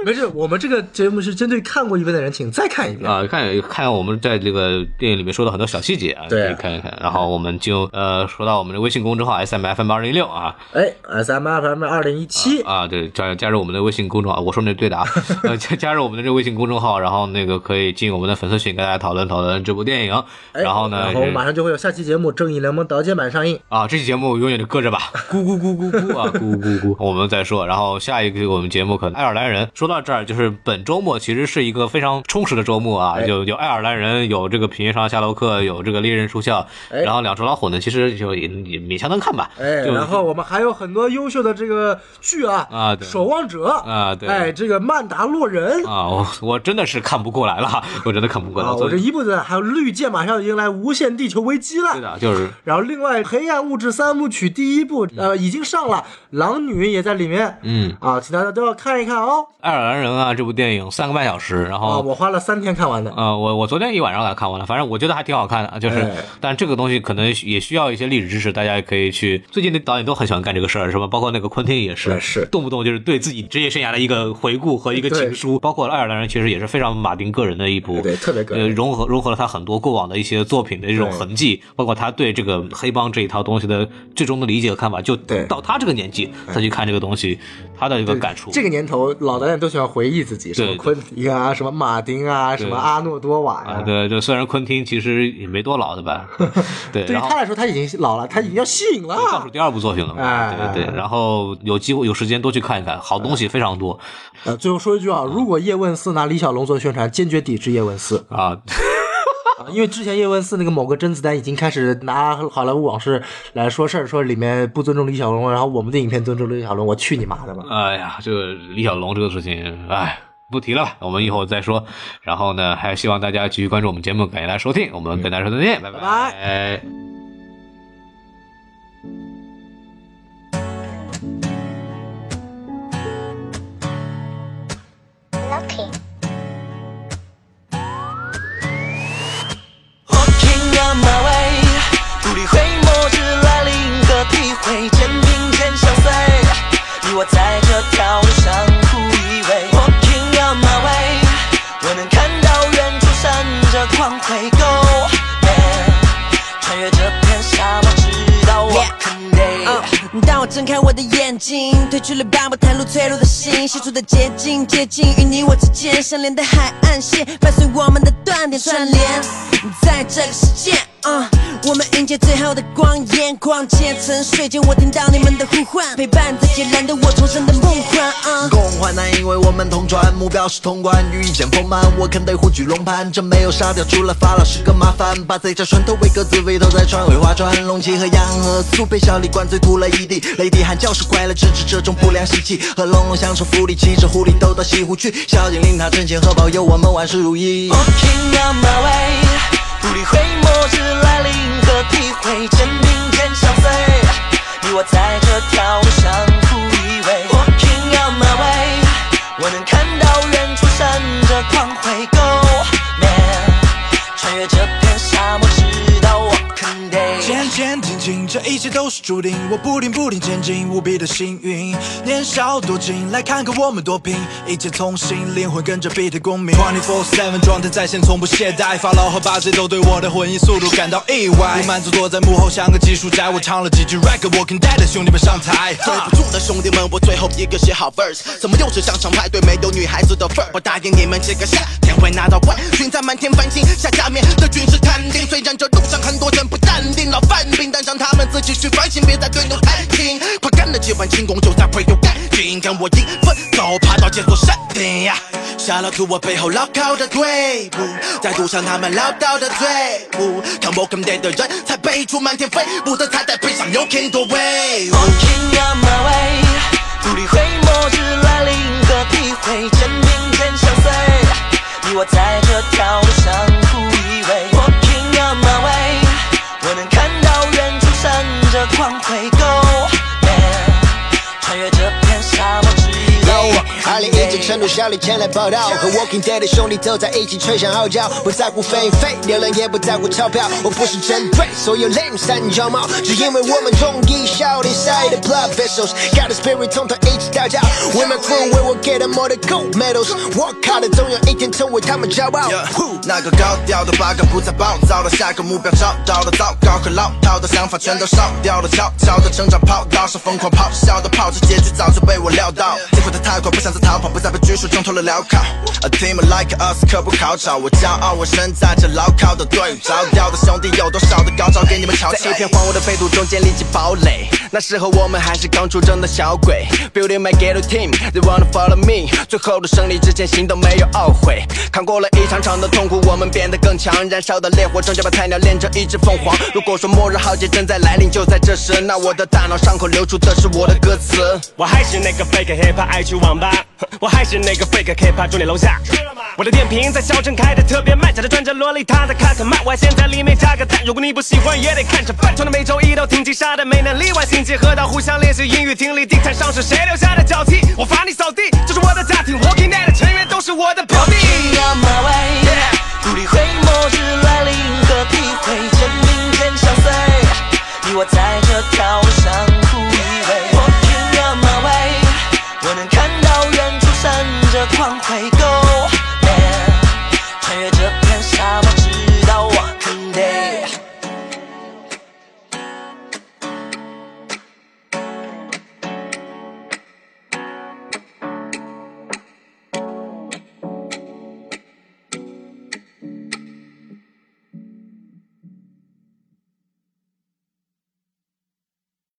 [SPEAKER 1] 没事，我们这个节目是针对看过一遍的人，请再看一遍。
[SPEAKER 2] 啊，看看我们在这个电影里面说的很多小细节啊，
[SPEAKER 1] 对啊
[SPEAKER 2] 可以看一看。然后我们就呃说到我们的微信公众号 S M F M 二零六啊
[SPEAKER 1] 哎，S M F M 二零一七，
[SPEAKER 2] 啊，对，加加入我们的微信公众号，我说那是对的啊， 呃加加入我们的这个微信公众号，然后那个可以进我们的粉丝群，跟大家讨论讨论这部电影。
[SPEAKER 1] 哎
[SPEAKER 2] 然后呢，
[SPEAKER 1] 然后马上就会有下期节目《正义联盟》导剪版上映。
[SPEAKER 2] 啊，这期节目永远就搁着吧，咕咕咕咕 咕啊，咕咕咕咕。我们再说，然后下一个我们节目可能爱尔兰人。说到这儿，就是本周末其实是一个非常充实的周末啊，
[SPEAKER 1] 哎
[SPEAKER 2] 有有爱尔兰人，有这个平原上夏洛克，有这个猎人出校，
[SPEAKER 1] 哎
[SPEAKER 2] 然后两只老虎呢，其实就也也勉强能看吧。
[SPEAKER 1] 哎，
[SPEAKER 2] 就
[SPEAKER 1] 然后我们还有很多优秀的这个剧啊，
[SPEAKER 2] 啊对
[SPEAKER 1] 守望者
[SPEAKER 2] 啊对
[SPEAKER 1] 哎，这个曼达洛人
[SPEAKER 2] 啊，我我真的是看不过来了，我真的看不过来。
[SPEAKER 1] 啊，
[SPEAKER 2] 所
[SPEAKER 1] 我
[SPEAKER 2] 以
[SPEAKER 1] 这一部的还有绿箭马上迎来无限地球危机了。
[SPEAKER 2] 对的，就是
[SPEAKER 1] 然后，另外《黑暗物质三部曲》第一部，呃，已经上了，狼女也在里面，
[SPEAKER 2] 嗯，
[SPEAKER 1] 啊，请大家都要看一看哦。
[SPEAKER 2] 爱尔兰人啊，这部电影三个半小时，然后
[SPEAKER 1] 啊，我花了三天看完的，
[SPEAKER 2] 呃，我我昨天一晚上给它看完了，反正我觉得还挺好看的，就是，
[SPEAKER 1] 哎
[SPEAKER 2] 但这个东西可能也需要一些历史知识，大家也可以去。最近的导演都很喜欢干这个事儿，是吧？包括那个昆汀也是，
[SPEAKER 1] 哎是
[SPEAKER 2] 动不动就是对自己职业生涯的一个回顾和一个情书。包括爱尔兰人其实也是非常马丁个人的一部，
[SPEAKER 1] 哎对特别个人
[SPEAKER 2] 呃，融合融合了他很多过往的一些作品的这种
[SPEAKER 1] 对
[SPEAKER 2] 痕迹，包括他对这个黑帮这一套东西的最终的理解和看法，就
[SPEAKER 1] 对哎
[SPEAKER 2] 到他这个年纪再去看这个东西，他的一个感触。
[SPEAKER 1] 这个年头，老导演都喜欢回忆自己，什么
[SPEAKER 2] 对对
[SPEAKER 1] 昆汀啊，什么马丁啊，什么阿诺多瓦呀、
[SPEAKER 2] 啊，对，就虽然昆汀其实也没多老，对 吧？对，
[SPEAKER 1] 对于
[SPEAKER 2] 然后嗯
[SPEAKER 1] 他。来说，他已经老了，他已经要吸引了。
[SPEAKER 2] 倒数第二部作品了嘛，
[SPEAKER 1] 啊哎
[SPEAKER 2] 对对
[SPEAKER 1] 哎
[SPEAKER 2] 对，然后有机会有时间多去看一看，好东西非常多
[SPEAKER 1] 呃，最后说一句啊，如果叶问四拿李小龙做宣传，坚决抵制叶问四
[SPEAKER 2] 啊。
[SPEAKER 1] 啊，因为之前叶问四那个某个甄子丹已经开始拿好莱坞往事来说事儿，说里面不尊重李小龙，然后我们的影片尊重李小龙，我去你妈的吧！
[SPEAKER 2] 哎呀，这个李小龙这个事情，哎，不提了吧，我们一会儿再说。然后呢，还希望大家继续关注我们节目，感谢大家收听，我们跟大家说再见，拜
[SPEAKER 1] 拜
[SPEAKER 2] 拜
[SPEAKER 3] 我天涯马外，独立回眸之来临和体会，肩并肩相随。你我在这条路上互依偎。我天涯马外，我能看到远处闪着光辉。Go man，穿越这片沙漠，直到我
[SPEAKER 4] Yeah
[SPEAKER 3] 肯定。
[SPEAKER 4] 嗯，当我睁开我的眼干净，褪去了拔不袒露脆弱的心，写出的捷径，接近与你我之间相连的海岸线，伴随我们的断点串联，在这个世界。啊、我们迎接最后的光焰，光切沉睡间，我听到你们的呼唤，陪伴在夜阑的我重生的梦幻。啊、
[SPEAKER 5] 共患难，因为我们同船，目标是通关，羽翼渐丰满。我肯对虎踞龙盘，真没有沙雕，除了法老是个麻烦。把贼家船头喂鸽子，味道在传，尾划船，龙脊和羊和苏被小李灌醉吐了一地。雷迪喊叫是快乐，制止这种不良习气。和龙龙相处福利，骑着狐狸兜到西湖去，小警令他真情和保佑我们万事如意。
[SPEAKER 3] 我听到马尾，不理会末日来临和诋毁，肩并肩相随，你我在这条路上互依偎。我听到马尾，我能看到远处闪着光辉，Go man，穿越这片沙漠，直到我肯定。
[SPEAKER 6] 前前进进，这一切都是注定。我不停不停前进，无比的幸运。年少多情，来看看我们多拼，一切从心，灵魂跟着 beat 的共鸣。Twenty four seven 状态在线，从不懈怠。发牢和八戒都对我的混音速度感到意外。不满足躲在幕后像个技术宅，我唱了几句 rap，给我跟带的兄弟们上台。
[SPEAKER 7] 对不住的兄弟们，我最后一个写好 verse，怎么又是商场派对没有女孩子的份儿？我答应你们，这个夏天会拿到冠军，在满天繁星下下面的军是探定。虽然这路上很多人不淡定，老犯病，但让他们自己去反省，别再对牛弹琴。快干了这碗轻功，就再会有干劲，跟我一分走，爬到这座山顶呀。杀了 to 我背后牢靠的队伍，在路上他们唠叨的队伍，看我跟 day 的人才背出满天飞舞的彩带，背上 New King 的威武
[SPEAKER 3] 我。听到马尾，不理会末日来临和诋毁，肩并肩相随，你我在这条路上互依偎。我听到马尾，我能看到远处闪着光辉，Go man，穿越这片沙漠之一。
[SPEAKER 5] 有我。二零一九成都小李前来报道，和 Walking Dead 的兄弟都在一起吹响号角，不在乎飞费，流量也不在乎钞票。我不是针对所有 lame 三脚猫，只因为我们中意少林赛的 blood vessels。God is spirit 从头一起打架，Women crew 为我 get them all the gold medals。我靠的总有一天成为他们骄傲。
[SPEAKER 7] Yeah，那个高调的 bug 不再暴躁了，下个目标找到了，糟糕和唠叨的想法全都烧掉了，悄悄的成长跑道上疯狂咆哮的炮制，结局早就被我料到，结果的太快，不想再逃跑，不再被拘束，挣脱了镣铐。A team like us 可不考找，我骄傲，我身在这牢靠的队伍，着调的兄弟有多少的高招给你们瞧瞧
[SPEAKER 8] 在一。片荒芜的废土中建立起堡垒。那时候我们还是刚出征的小鬼，Building my ghetto team，they wanna follow me。最后的胜利之前，行动没有懊悔。扛过了一场场的痛苦，我们变得更强。燃烧的烈火正在把菜鸟炼成一只凤凰。如果说末日浩劫正在来临，就在这时，那我的大脑伤口流出的是我的歌词。
[SPEAKER 9] 我还是那个 fake hip hop，爱去网吧。 我还是那个 fake hip hop，住你楼下。我的电瓶在小镇开的特别慢，假着穿着洛丽塔的卡特曼，外线在里面加个蛋。如果你不喜欢，也得看着办。传的每周一到停机杀的美男例外，星期和他互相练习英语听力，地毯上是谁留下的脚踢？我罚